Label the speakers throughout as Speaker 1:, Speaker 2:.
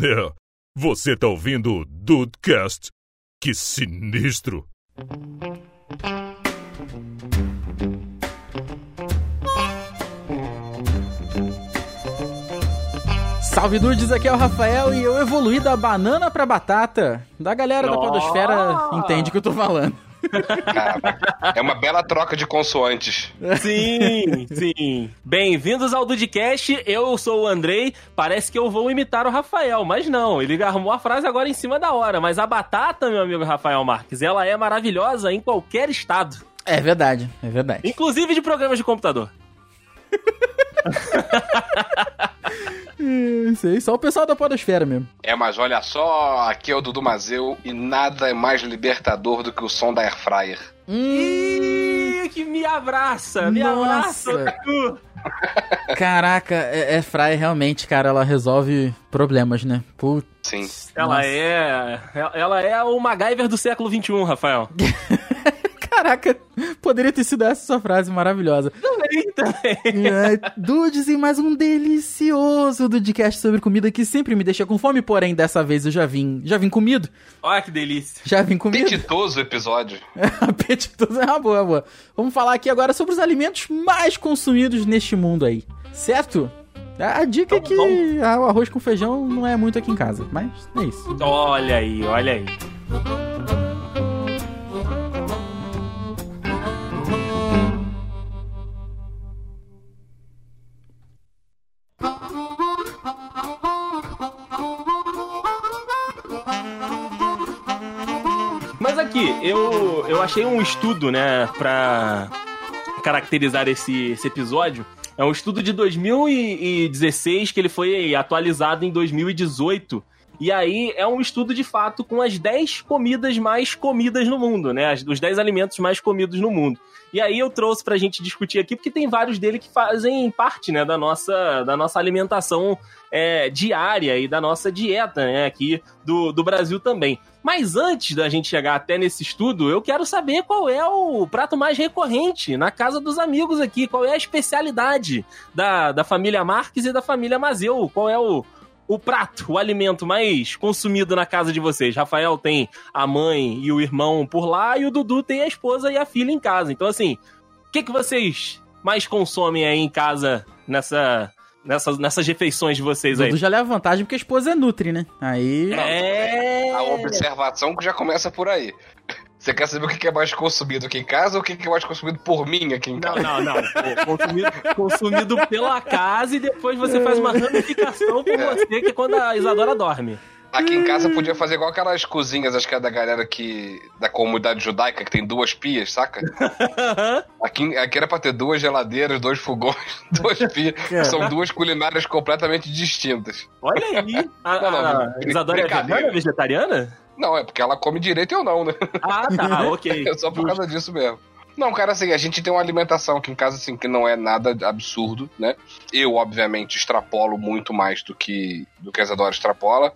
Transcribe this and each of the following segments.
Speaker 1: É, você tá ouvindo o Dudecast? Que sinistro!
Speaker 2: Salve Dudes, aqui é o Rafael e eu evoluí da banana pra batata. Da galera da
Speaker 3: Nossa!
Speaker 2: Podosfera entende o que eu tô falando.
Speaker 4: Cara, é uma bela troca de consoantes.
Speaker 3: Sim, sim. Bem-vindos ao Dudcast, eu sou o Andrei. Parece que eu vou imitar o Rafael, mas não, ele arrumou a frase agora em cima da hora. Mas a batata, meu amigo Rafael Marques, ela é maravilhosa em qualquer estado,
Speaker 2: É verdade, é verdade.
Speaker 3: inclusive de programas de computador.
Speaker 2: Isso aí, Hum, só o pessoal da Podosfera mesmo.
Speaker 4: É, mas olha só, aqui é o Dudu Mazeu e nada é mais libertador do que o som da Air Fryer.
Speaker 2: Hum,
Speaker 3: Ih, que me abraça, me
Speaker 2: Nossa.
Speaker 3: abraça. Dudu.
Speaker 2: Caraca, é, é Fry realmente, cara, ela resolve problemas, né? Putz.
Speaker 4: Sim.
Speaker 3: Ela
Speaker 2: nossa.
Speaker 3: é, ela é o MacGyver do século XXI, Rafael.
Speaker 2: Caraca, poderia ter sido essa sua frase maravilhosa. É, Dudes, e mais um delicioso Dudcast sobre comida que sempre me deixa com fome, porém dessa vez eu já vim, já vim comido,
Speaker 3: Olha que delícia.
Speaker 2: já vim comido.
Speaker 4: Apetitoso episódio.
Speaker 2: Apetitoso é uma boa, boa. Vamos falar aqui agora sobre os alimentos mais consumidos neste mundo aí, certo? A a dica é
Speaker 4: Então
Speaker 2: que ah, o arroz com feijão não é muito aqui em casa, mas é isso.
Speaker 3: Olha aí, olha aí. Mas aqui, eu, eu achei um estudo, né, pra caracterizar esse, esse episódio. É um estudo de 2016 que ele foi atualizado em 2018. E aí é um estudo de fato com as 10 comidas mais comidas no mundo, né? As- Os 10 alimentos mais comidos no mundo. E aí eu trouxe pra gente discutir aqui, porque tem vários dele que fazem parte, né, da nossa, da nossa alimentação é, diária e da nossa dieta, né, aqui do, do Brasil também. Mas antes da gente chegar até nesse estudo, eu quero saber qual é o prato mais recorrente na casa dos amigos aqui, qual é a especialidade da, da família Marques e da família Mazeu, qual é o, o prato, o alimento mais consumido na casa de vocês. Rafael tem a mãe e o irmão por lá, e o Dudu tem a esposa e a filha em casa. Então, assim, o que, que vocês mais consomem aí em casa nessa, nessas, nessas refeições de vocês aí?
Speaker 2: Dudu já leva vantagem porque a esposa é nutri, né? Aí.
Speaker 3: É...
Speaker 4: A observação que já começa por aí. Você quer saber o que é mais consumido aqui em casa ou o que é mais consumido por mim aqui em
Speaker 3: Não,
Speaker 4: casa?
Speaker 3: não, não. Pô, Consumido, consumido pela casa e depois você faz uma ramificação por você, que é quando a Isadora dorme.
Speaker 4: Aqui em casa podia fazer igual aquelas cozinhas, acho que é da galera que. da comunidade judaica, que tem duas pias, saca? Aqui, aqui era pra ter duas geladeiras, dois fogões, duas pias. São duas culinárias completamente distintas.
Speaker 3: Olha aí. A,
Speaker 4: Não, não,
Speaker 3: a Isadora é
Speaker 4: brincadeira.
Speaker 3: vegana, vegetariana?
Speaker 4: Não, é porque ela come direito eu não, né?
Speaker 3: Ah, tá, ok.
Speaker 4: É só por causa disso mesmo. Não, cara, assim, a gente tem uma alimentação aqui em casa, assim, que não é nada absurdo, né? Eu, obviamente, extrapolo muito mais do que, do que a Isadora extrapola.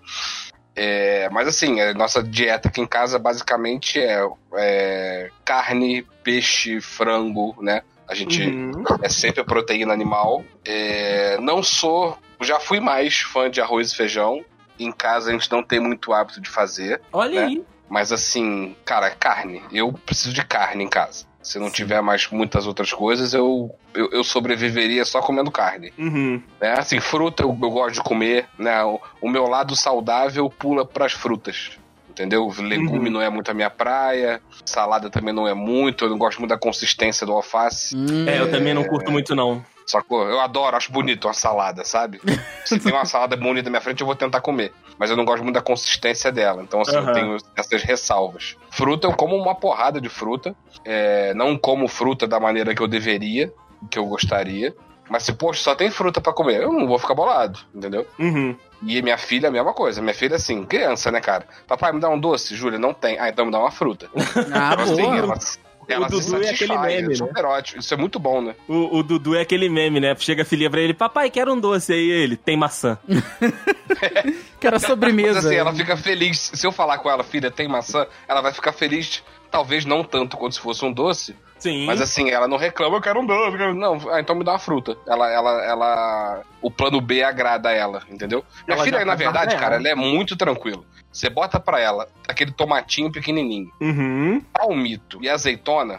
Speaker 4: É, mas, assim, a nossa dieta aqui em casa, basicamente, é, é carne, peixe, frango, né? A gente
Speaker 3: Uhum.
Speaker 4: é sempre a proteína animal. É, não sou... Já fui mais fã de arroz e feijão. Em casa, a gente não tem muito hábito de fazer.
Speaker 3: Olha
Speaker 4: né?
Speaker 3: aí.
Speaker 2: É.
Speaker 4: Mas assim, cara, carne. Eu preciso de carne em casa. Se não tiver mais muitas outras coisas, eu, eu, eu sobreviveria só comendo carne.
Speaker 3: Uhum.
Speaker 4: Né? Assim, fruta eu, eu gosto de comer, né? O, o meu lado saudável pula pras frutas. Entendeu? Legume não é muito a minha praia, salada também não é muito, eu não gosto muito da consistência do alface.
Speaker 2: Hum,
Speaker 3: É, eu também não curto muito, não.
Speaker 4: Sacou? Eu adoro, acho bonito uma salada, sabe? Se tem uma salada bonita na minha frente, eu vou tentar comer. Mas eu não gosto muito da consistência dela. Então, assim,
Speaker 3: Aham.
Speaker 4: eu tenho essas ressalvas. Fruta, eu como uma porrada de fruta. É, não como fruta da maneira que eu deveria, que eu gostaria. Mas se, poxa, só tem fruta pra comer, eu não vou ficar bolado, entendeu?
Speaker 3: Uhum.
Speaker 4: E minha filha, a mesma coisa. Minha filha, assim, criança, né, cara? Papai, me dá um doce? Júlia, não tem. Ah, então me dá uma fruta.
Speaker 2: Ah,
Speaker 4: Então, assim,
Speaker 2: boa.
Speaker 4: ela, ela
Speaker 3: Dudu
Speaker 4: se
Speaker 3: é aquele
Speaker 4: satisfaz.
Speaker 3: meme, né?
Speaker 4: é super ótimo. Isso é muito bom, né?
Speaker 3: O, o Dudu é aquele meme, né? Chega a filha pra ele, papai, quero um doce. Aí ele, tem maçã.
Speaker 2: Que era
Speaker 4: Mas
Speaker 2: sobremesa. Hum,
Speaker 4: assim, ela fica feliz. Se eu falar com ela, filha, tem maçã, ela vai ficar feliz. Talvez não tanto quanto se fosse um doce,
Speaker 3: Sim.
Speaker 4: Mas assim, ela não reclama, eu quero um doce. eu quero-" Não, ah, então me dá uma fruta. Ela, ela, ela. O plano B agrada ela, entendeu? Minha
Speaker 3: Ela
Speaker 4: filha,
Speaker 3: já
Speaker 4: na
Speaker 3: tá
Speaker 4: verdade,
Speaker 3: amarela.
Speaker 4: cara, ela é muito tranquila. Você bota pra ela aquele tomatinho pequenininho,
Speaker 3: Uhum.
Speaker 4: palmito e azeitona,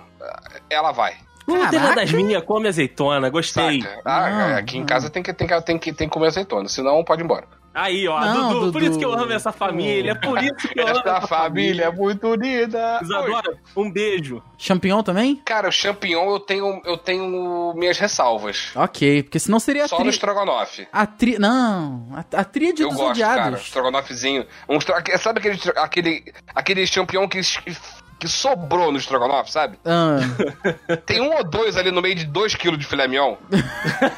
Speaker 4: ela vai.
Speaker 3: Não
Speaker 2: Caraca.
Speaker 3: tem nada das minhas, come azeitona, gostei.
Speaker 4: Saca? Ah,
Speaker 2: Não,
Speaker 4: aqui em
Speaker 2: não.
Speaker 4: casa tem que, tem, que, tem, que, tem que comer azeitona, senão pode ir embora.
Speaker 3: Aí, ó,
Speaker 2: Não,
Speaker 3: Dudu, por
Speaker 2: Dudu.
Speaker 3: isso que eu amo essa família, é por isso que eu amo
Speaker 4: Esta
Speaker 3: essa
Speaker 4: família é muito unida. Oi.
Speaker 3: Isadora, um beijo.
Speaker 2: Champignon também?
Speaker 4: Cara, o champignon eu tenho, eu tenho minhas ressalvas.
Speaker 2: Ok, porque senão seria a
Speaker 4: Só no
Speaker 2: tri...
Speaker 4: estrogonofe.
Speaker 2: A tri... Não, a, a tríade
Speaker 4: Eu
Speaker 2: dos
Speaker 4: gosto, cara.
Speaker 2: odiados.
Speaker 4: Estrogonofezinho. Um estro- aque- Sabe aquele, estro- aquele, aquele champignon que, es- que sobrou no estrogonofe, sabe?
Speaker 2: Ah,
Speaker 4: Tem um ou dois ali no meio de dois quilos de filé mignon.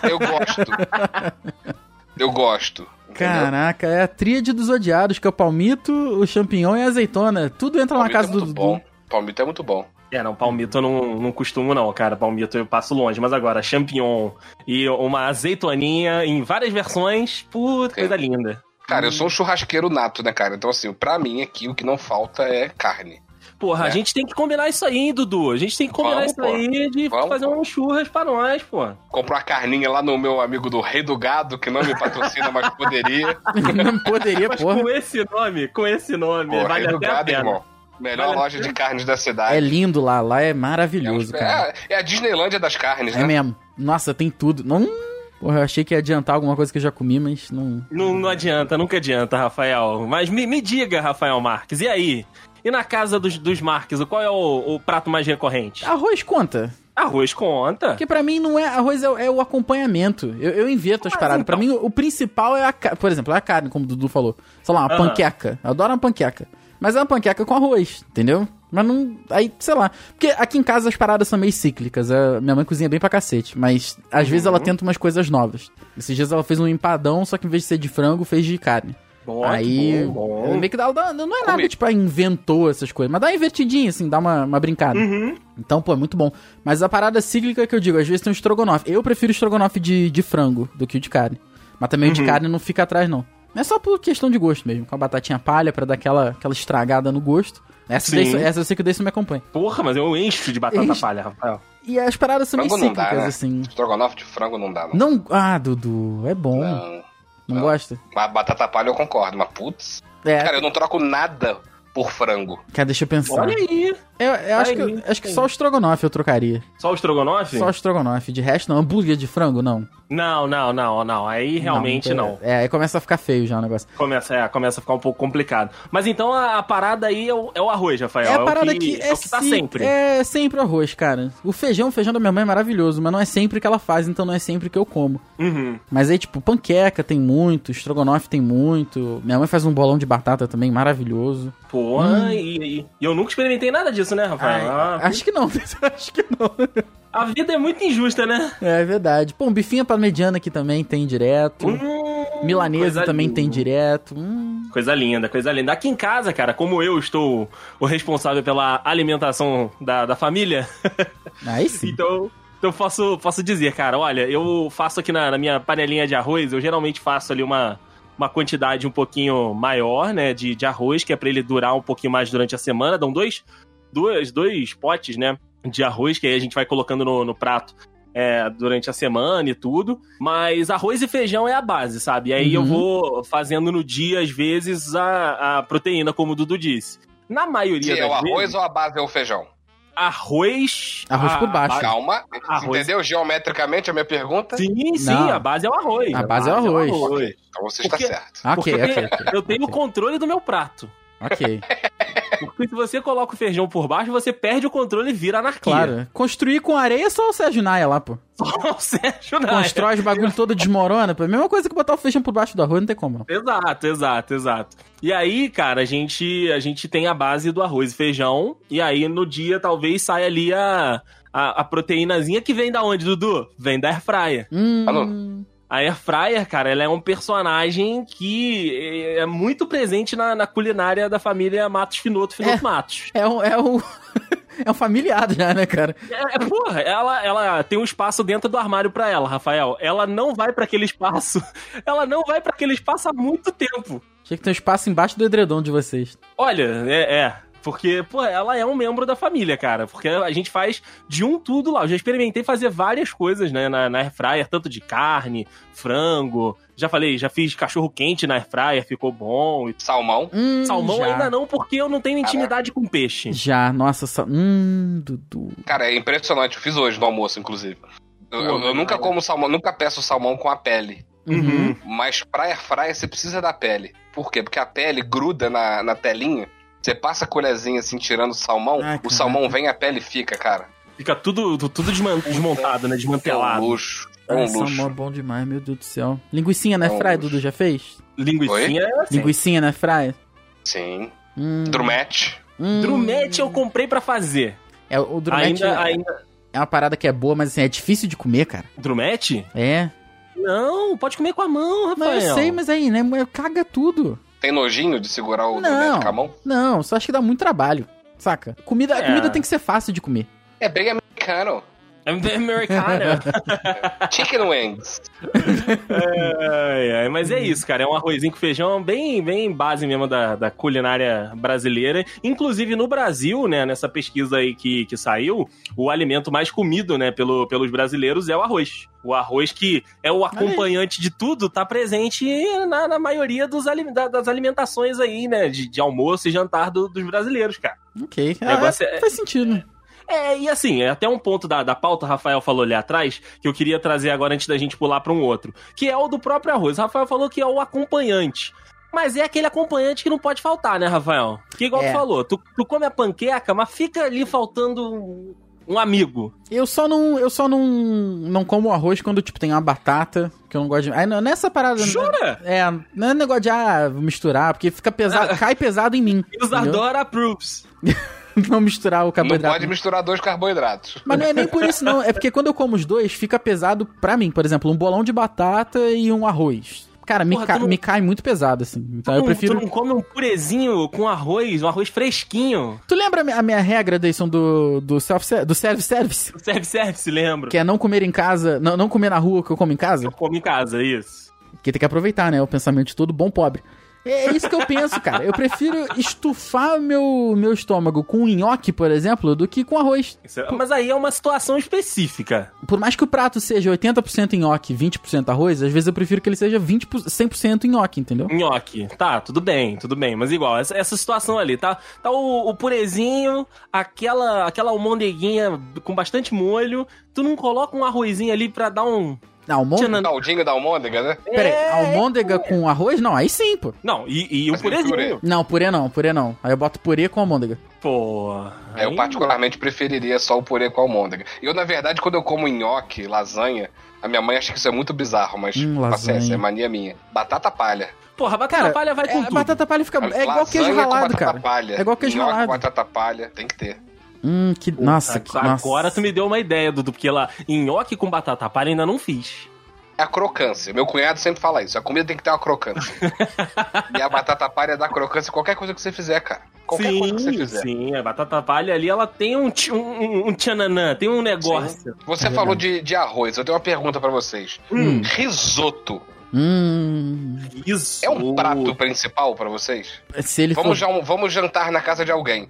Speaker 4: Eu gosto. Eu gosto. entendeu?
Speaker 2: caraca, é a tríade dos odiados, que é o palmito, o champignon e a azeitona. Tudo entra
Speaker 4: Palmito
Speaker 2: na casa
Speaker 4: é
Speaker 2: do
Speaker 4: muito bom. Palmito é muito bom.
Speaker 3: É, não, palmito eu não, não costumo não, cara. Palmito eu passo longe. Mas agora, champignon e uma azeitoninha em várias versões, puta, coisa linda.
Speaker 4: Cara,
Speaker 2: Hum.
Speaker 4: eu sou um churrasqueiro nato, né, cara? Então, assim, pra mim aqui o que não falta é carne.
Speaker 3: Porra, a
Speaker 4: É.
Speaker 3: gente tem que combinar isso aí, hein, Dudu. A gente tem que combinar
Speaker 4: Vamos,
Speaker 3: isso
Speaker 4: pô.
Speaker 3: aí de
Speaker 4: Vamos,
Speaker 3: fazer
Speaker 4: pô.
Speaker 3: uns churras pra nós, pô.
Speaker 4: Compro uma carninha lá no meu amigo do Rei do Gado, que não me patrocina, mas poderia.
Speaker 2: Du. Não poderia,
Speaker 3: Mas
Speaker 2: porra.
Speaker 3: com esse nome, com esse nome,
Speaker 4: Pô,
Speaker 3: vale
Speaker 4: Rei do
Speaker 3: até a
Speaker 4: Gado,
Speaker 3: pena.
Speaker 4: irmão. Melhor
Speaker 3: Vale a
Speaker 4: loja de carnes da cidade.
Speaker 2: É lindo lá, lá é
Speaker 4: É, um-
Speaker 2: maravilhoso, cara.
Speaker 4: é- é a Disneylândia das carnes,
Speaker 2: É
Speaker 4: né?
Speaker 2: mesmo. Nossa, tem tudo. Não... Porra, eu achei que ia adiantar alguma coisa que eu já comi, mas não...
Speaker 3: Não, não adianta, nunca adianta, Rafael. Mas me, me diga, Rafael Marques, e aí? E na casa dos, dos Marques, qual é o, o prato mais recorrente?
Speaker 2: Arroz conta.
Speaker 3: Arroz conta.
Speaker 2: Porque pra mim não é arroz, é, o- é o acompanhamento. Eu, eu invento as
Speaker 3: Mas
Speaker 2: paradas.
Speaker 3: então.
Speaker 2: Pra mim, o, o principal é a carne. Por exemplo, é a carne, como o Dudu falou. Sei lá, uma
Speaker 3: Ah.
Speaker 2: panqueca. Eu adoro uma panqueca. Mas é uma panqueca com arroz, entendeu? Mas não. Aí, sei lá. Porque aqui em casa as paradas são meio cíclicas. A minha mãe cozinha bem pra cacete. Mas às vezes
Speaker 3: Uhum.
Speaker 2: ela tenta umas coisas novas. Esses dias ela fez um empadão, só que em vez de ser de frango, fez de carne.
Speaker 3: Bom,
Speaker 2: aí.
Speaker 3: bom, bom.
Speaker 2: Meio que dá, dá- não é nada,
Speaker 4: Comi.
Speaker 2: tipo, ah, inventou essas coisas. Mas dá uma invertidinha, assim, dá uma, uma brincada.
Speaker 3: Uhum.
Speaker 2: Então, pô, é muito bom. Mas a parada cíclica que eu digo, às vezes tem um estrogonofe. Eu prefiro estrogonofe de, de frango do que o de carne. Mas também o de carne não fica atrás, não. É só por questão de gosto mesmo, com a batatinha palha pra dar aquela, aquela estragada no gosto. Essa,
Speaker 3: Sim.
Speaker 2: daí, essa eu sei que o Deison me acompanha.
Speaker 3: Porra, mas eu encho de batata
Speaker 2: Enche.
Speaker 3: palha, Rafael.
Speaker 2: E as paradas são meio
Speaker 4: Frango não
Speaker 2: cíclicas,
Speaker 4: dá, né?
Speaker 2: assim.
Speaker 4: Estrogonofe de frango não dá, não.
Speaker 2: Não. Ah, Dudu, é bom. Não,
Speaker 4: Não.
Speaker 2: gosta?
Speaker 4: Mas batata palha eu concordo, mas putz.
Speaker 2: É.
Speaker 4: Cara, eu não troco nada por frango.
Speaker 2: Cara, deixa eu pensar.
Speaker 3: Olha aí.
Speaker 2: Eu, eu acho, que, eu-
Speaker 3: aí,
Speaker 2: acho que
Speaker 3: sim.
Speaker 2: só o estrogonofe eu trocaria.
Speaker 3: Só o estrogonofe?
Speaker 2: Só o estrogonofe. De resto, não. Hambúrguer de frango, não.
Speaker 3: Não, não, não, não. Aí realmente não.
Speaker 2: É, aí começa a ficar feio já o negócio.
Speaker 3: Começa, é, começa a ficar um pouco complicado. Mas então a, a parada aí é o, é o arroz, Rafael.
Speaker 2: É a parada
Speaker 3: o
Speaker 2: que, é,
Speaker 3: é o que tá
Speaker 2: se-
Speaker 3: sempre.
Speaker 2: É sempre o arroz, cara. O feijão, o feijão da minha mãe é maravilhoso, mas não é sempre que ela faz, então não é sempre que eu como.
Speaker 3: Uhum.
Speaker 2: Mas aí, tipo, panqueca tem muito, estrogonofe tem muito. Minha mãe faz um bolão de batata também, maravilhoso.
Speaker 3: Pô, e, e- e eu nunca experimentei nada disso, né, Rafael? Ah,
Speaker 2: acho que não, acho que não.
Speaker 3: A vida é muito injusta, né?
Speaker 2: É verdade. Pô, um bifinha pra mediana aqui também tem direto.
Speaker 3: Hum,
Speaker 2: Milanesa
Speaker 3: coisa
Speaker 2: também
Speaker 3: linda.
Speaker 2: tem direto. Hum.
Speaker 3: Coisa linda, coisa linda. Aqui em casa, cara, como eu estou o responsável pela alimentação da, da família,
Speaker 2: Aí sim.
Speaker 3: então eu posso, posso dizer, cara, olha, eu faço aqui na, na minha panelinha de arroz, eu geralmente faço ali uma, uma quantidade um pouquinho maior, né, de, de arroz, que é pra ele durar um pouquinho mais durante a semana. Dão dois, dois, dois potes, né, de arroz, que aí a gente vai colocando no, no prato. é, durante a semana e tudo, mas arroz e feijão é a base, sabe? E aí eu
Speaker 2: Uhum.
Speaker 3: vou fazendo no dia, às vezes, a, a proteína, como o Dudu disse. Na maioria
Speaker 4: Se é
Speaker 3: das
Speaker 4: o arroz
Speaker 3: vezes,
Speaker 4: ou a base é o feijão?
Speaker 3: arroz...
Speaker 2: Arroz por
Speaker 3: a-
Speaker 2: baixo.
Speaker 3: a-
Speaker 4: Calma.
Speaker 3: Ah, Arroz.
Speaker 4: Entendeu geometricamente a minha pergunta?
Speaker 3: Sim, sim,
Speaker 2: Não.
Speaker 3: a base é o arroz.
Speaker 2: A base é o arroz.
Speaker 4: Ok, Então você está
Speaker 3: Porque-
Speaker 4: certo.
Speaker 2: Ok,
Speaker 3: Porque eu
Speaker 2: ok,
Speaker 3: tenho-
Speaker 2: ok.
Speaker 3: Eu tenho o
Speaker 2: ok,
Speaker 3: controle do meu prato.
Speaker 2: Ok,
Speaker 3: Porque se você coloca o feijão por baixo, você perde o controle e vira anarquia.
Speaker 2: claro. Construir com areia é só o Sérgio Naia lá, pô.
Speaker 3: Só o Sérgio Naia.
Speaker 2: Constrói os bagulho todo desmorona. pô. É Mesma coisa que botar o feijão por baixo do arroz, não tem como. não.
Speaker 3: Exato, exato, exato. E aí, cara, a gente, a gente tem a base do arroz e feijão. E aí, no dia, talvez saia ali a, a, a proteínazinha que vem da onde, Dudu? Vem da airfryer.
Speaker 2: Hum,
Speaker 4: Alô?
Speaker 3: A airfryer, cara, ela é um personagem que é é muito presente na, na culinária da família Matos Finoto, Finoto
Speaker 2: É.
Speaker 3: Matos.
Speaker 2: É um. É um... É um familiado já, né, cara?
Speaker 3: É, é, porra, ela, ela tem um espaço dentro do armário pra ela, Rafael. Ela não vai pra aquele espaço. Ela não vai pra aquele espaço há muito tempo.
Speaker 2: Tinha que ter um espaço embaixo do edredom de vocês.
Speaker 3: Olha, é. é. Porque, pô, ela é um membro da família, cara. Porque a gente faz de um tudo lá. Eu já experimentei fazer várias coisas, né, na, na air fryer, tanto de carne, frango. Já falei, já fiz cachorro quente na air fryer, ficou bom. E...
Speaker 4: Salmão.
Speaker 2: Hum,
Speaker 3: Salmão
Speaker 2: já.
Speaker 3: ainda não, porque eu não tenho intimidade com peixe.
Speaker 2: Já, nossa, sal... hum, Dudu.
Speaker 4: Cara, é impressionante. Eu fiz hoje no almoço, inclusive. Eu,
Speaker 3: Pô,
Speaker 4: eu- eu
Speaker 3: cara.
Speaker 4: nunca como salmão, nunca peço salmão com a pele.
Speaker 2: Uhum.
Speaker 4: Mas pra air fryer você precisa da pele. Por quê? Porque a pele gruda na, na telinha. Você passa a colherzinha assim, tirando o salmão.
Speaker 2: Ai,
Speaker 4: o
Speaker 2: caraca.
Speaker 4: salmão vem, a pele fica, cara.
Speaker 3: Fica tudo, tudo desman- desmontado, né?
Speaker 4: É um
Speaker 3: Desmantelado.
Speaker 4: luxo. É
Speaker 2: Ah,
Speaker 4: um
Speaker 2: salmão é
Speaker 4: luxo.
Speaker 2: bom demais, meu Deus do céu. Linguicinha na
Speaker 4: É um
Speaker 2: fry,
Speaker 4: luxo.
Speaker 2: Dudu, já fez?
Speaker 3: Linguicinha é assim.
Speaker 2: Linguicinha na fry?
Speaker 4: Sim.
Speaker 2: Hum,
Speaker 4: Drumete.
Speaker 2: hum.
Speaker 3: Drumete eu comprei pra fazer.
Speaker 2: É, o drumete
Speaker 3: Ainda, ainda.
Speaker 2: é uma parada que é boa, mas assim, é difícil de comer, cara.
Speaker 3: Drumete?
Speaker 2: É.
Speaker 3: Não, pode comer com a mão, Rafael.
Speaker 2: Mas eu sei, mas aí, né? Caga tudo.
Speaker 4: Tem nojinho de segurar o
Speaker 2: Não.
Speaker 4: drumete com a mão?
Speaker 2: Não, só acho que dá muito trabalho. Saca? Comida,
Speaker 3: É.
Speaker 2: comida tem que ser fácil de comer.
Speaker 4: É bem americano.
Speaker 3: É bem americana.
Speaker 4: Chicken wings.
Speaker 3: ai, ai, mas é isso, cara. É um arrozinho com feijão bem, bem base mesmo da, da culinária brasileira. Inclusive no Brasil, né? Nessa pesquisa aí que, que saiu, o alimento mais comido, né, pelo, pelos brasileiros é o arroz. O arroz que é o acompanhante de tudo, tá presente na, na maioria dos, ali- da- das alimentações aí, né? De, de almoço e jantar do- dos brasileiros, cara.
Speaker 2: Ok.
Speaker 3: O
Speaker 2: Ah,
Speaker 3: negócio é-
Speaker 2: Faz sentido.
Speaker 3: É, e assim, é até um ponto da, da pauta, Rafael falou ali atrás, que eu queria trazer agora antes da gente pular pra um outro, que é o do próprio arroz. Rafael falou que é o acompanhante. Mas é aquele acompanhante que não pode faltar, né, Rafael? Que igual
Speaker 2: É.
Speaker 3: tu falou, tu, tu come a panqueca, mas fica ali faltando um, um amigo.
Speaker 2: Eu só não, eu só não, não como arroz quando, tipo, tem uma batata, que eu não gosto de... Aí, não- nessa parada...
Speaker 3: Jura?
Speaker 2: É, não é negócio de, ah, vou misturar, porque fica pesado, cai pesado em mim. entendeu?
Speaker 3: Isadora approves.
Speaker 2: Não misturar o
Speaker 4: Não
Speaker 2: carboidrato. né?
Speaker 4: pode misturar dois carboidratos.
Speaker 2: Mas não é nem por isso, não. É porque quando eu como os dois, fica pesado pra mim. Por exemplo, um bolão de batata e um arroz. Cara, me,
Speaker 3: Porra,
Speaker 2: ca-
Speaker 3: tu não-
Speaker 2: me cai muito pesado, assim. Então eu
Speaker 3: Tu-
Speaker 2: prefiro...
Speaker 3: Tu não come um purezinho com arroz, um arroz fresquinho.
Speaker 2: Tu lembra a minha- a minha regra, Deison, do, do self-service? Do self-service?
Speaker 3: Serve, serve, se lembra.
Speaker 2: Que é não comer em casa, não, não comer na rua o que eu como em casa?
Speaker 3: Eu como em casa, isso.
Speaker 2: Porque tem que aproveitar, né? O pensamento de todo bom pobre. É isso que eu penso, cara. Eu prefiro estufar meu, meu estômago com nhoque, por exemplo, do que com arroz.
Speaker 3: Isso é- Mas aí é uma situação específica.
Speaker 2: Por mais que o prato seja 80% nhoque, 20% arroz, às vezes eu prefiro que ele seja 20, por- 100% nhoque, entendeu?
Speaker 3: Nhoque, tá, tudo bem, tudo bem. Mas igual, essa, essa situação ali, tá? Tá o, o purezinho, aquela, aquela almondeguinha com bastante molho. Tu não coloca um arrozinho ali pra dar um.
Speaker 2: Não, almôndega...
Speaker 3: Tchanan.
Speaker 4: Caldinho da almôndega, né?
Speaker 2: Peraí,
Speaker 3: É,
Speaker 2: almôndega com arroz? Não, aí sim, pô.
Speaker 3: Não, e, e um
Speaker 4: Mas tem Assim, purê.
Speaker 3: purezinho.
Speaker 2: Não, purê não, purê não. Aí eu boto purê com almôndega.
Speaker 3: Pô.
Speaker 4: É, Eu particularmente preferiria só o purê com almôndega. Eu, na verdade, quando eu como nhoque, lasanha, a minha mãe acha que isso é muito bizarro, mas
Speaker 2: Hum, lasanha.
Speaker 4: paciência, é mania minha. Batata palha.
Speaker 3: Porra, batata
Speaker 2: Cara,
Speaker 3: palha vai com
Speaker 2: É,
Speaker 3: tudo.
Speaker 2: batata palha fica. É igual queijo
Speaker 4: Lasanha
Speaker 2: ralado,
Speaker 4: com batata
Speaker 2: cara.
Speaker 4: Palha.
Speaker 2: É igual queijo
Speaker 4: Nhoque
Speaker 2: ralado.
Speaker 4: com batata palha, tem que ter.
Speaker 2: Hum, que. Nossa, que.
Speaker 3: Agora
Speaker 2: nossa.
Speaker 3: tu me deu uma ideia, Dudu, porque lá, nhoque com batata palha ainda não fiz.
Speaker 4: É a crocância. Meu cunhado sempre fala isso. A comida tem que ter uma crocância. e a batata palha dá crocância qualquer coisa que você fizer, cara. Qualquer
Speaker 3: sim,
Speaker 4: coisa que você fizer.
Speaker 3: sim, a batata palha ali, ela tem um, tch- um, um tchananã, tem um negócio.
Speaker 4: Você
Speaker 2: É
Speaker 4: falou de, de arroz. Eu tenho uma pergunta pra vocês. Risoto
Speaker 2: Hum.
Speaker 3: Isso.
Speaker 4: é um prato principal pra vocês?
Speaker 2: Se ele, for,
Speaker 4: Vamos, jan- vamos jantar na casa de alguém.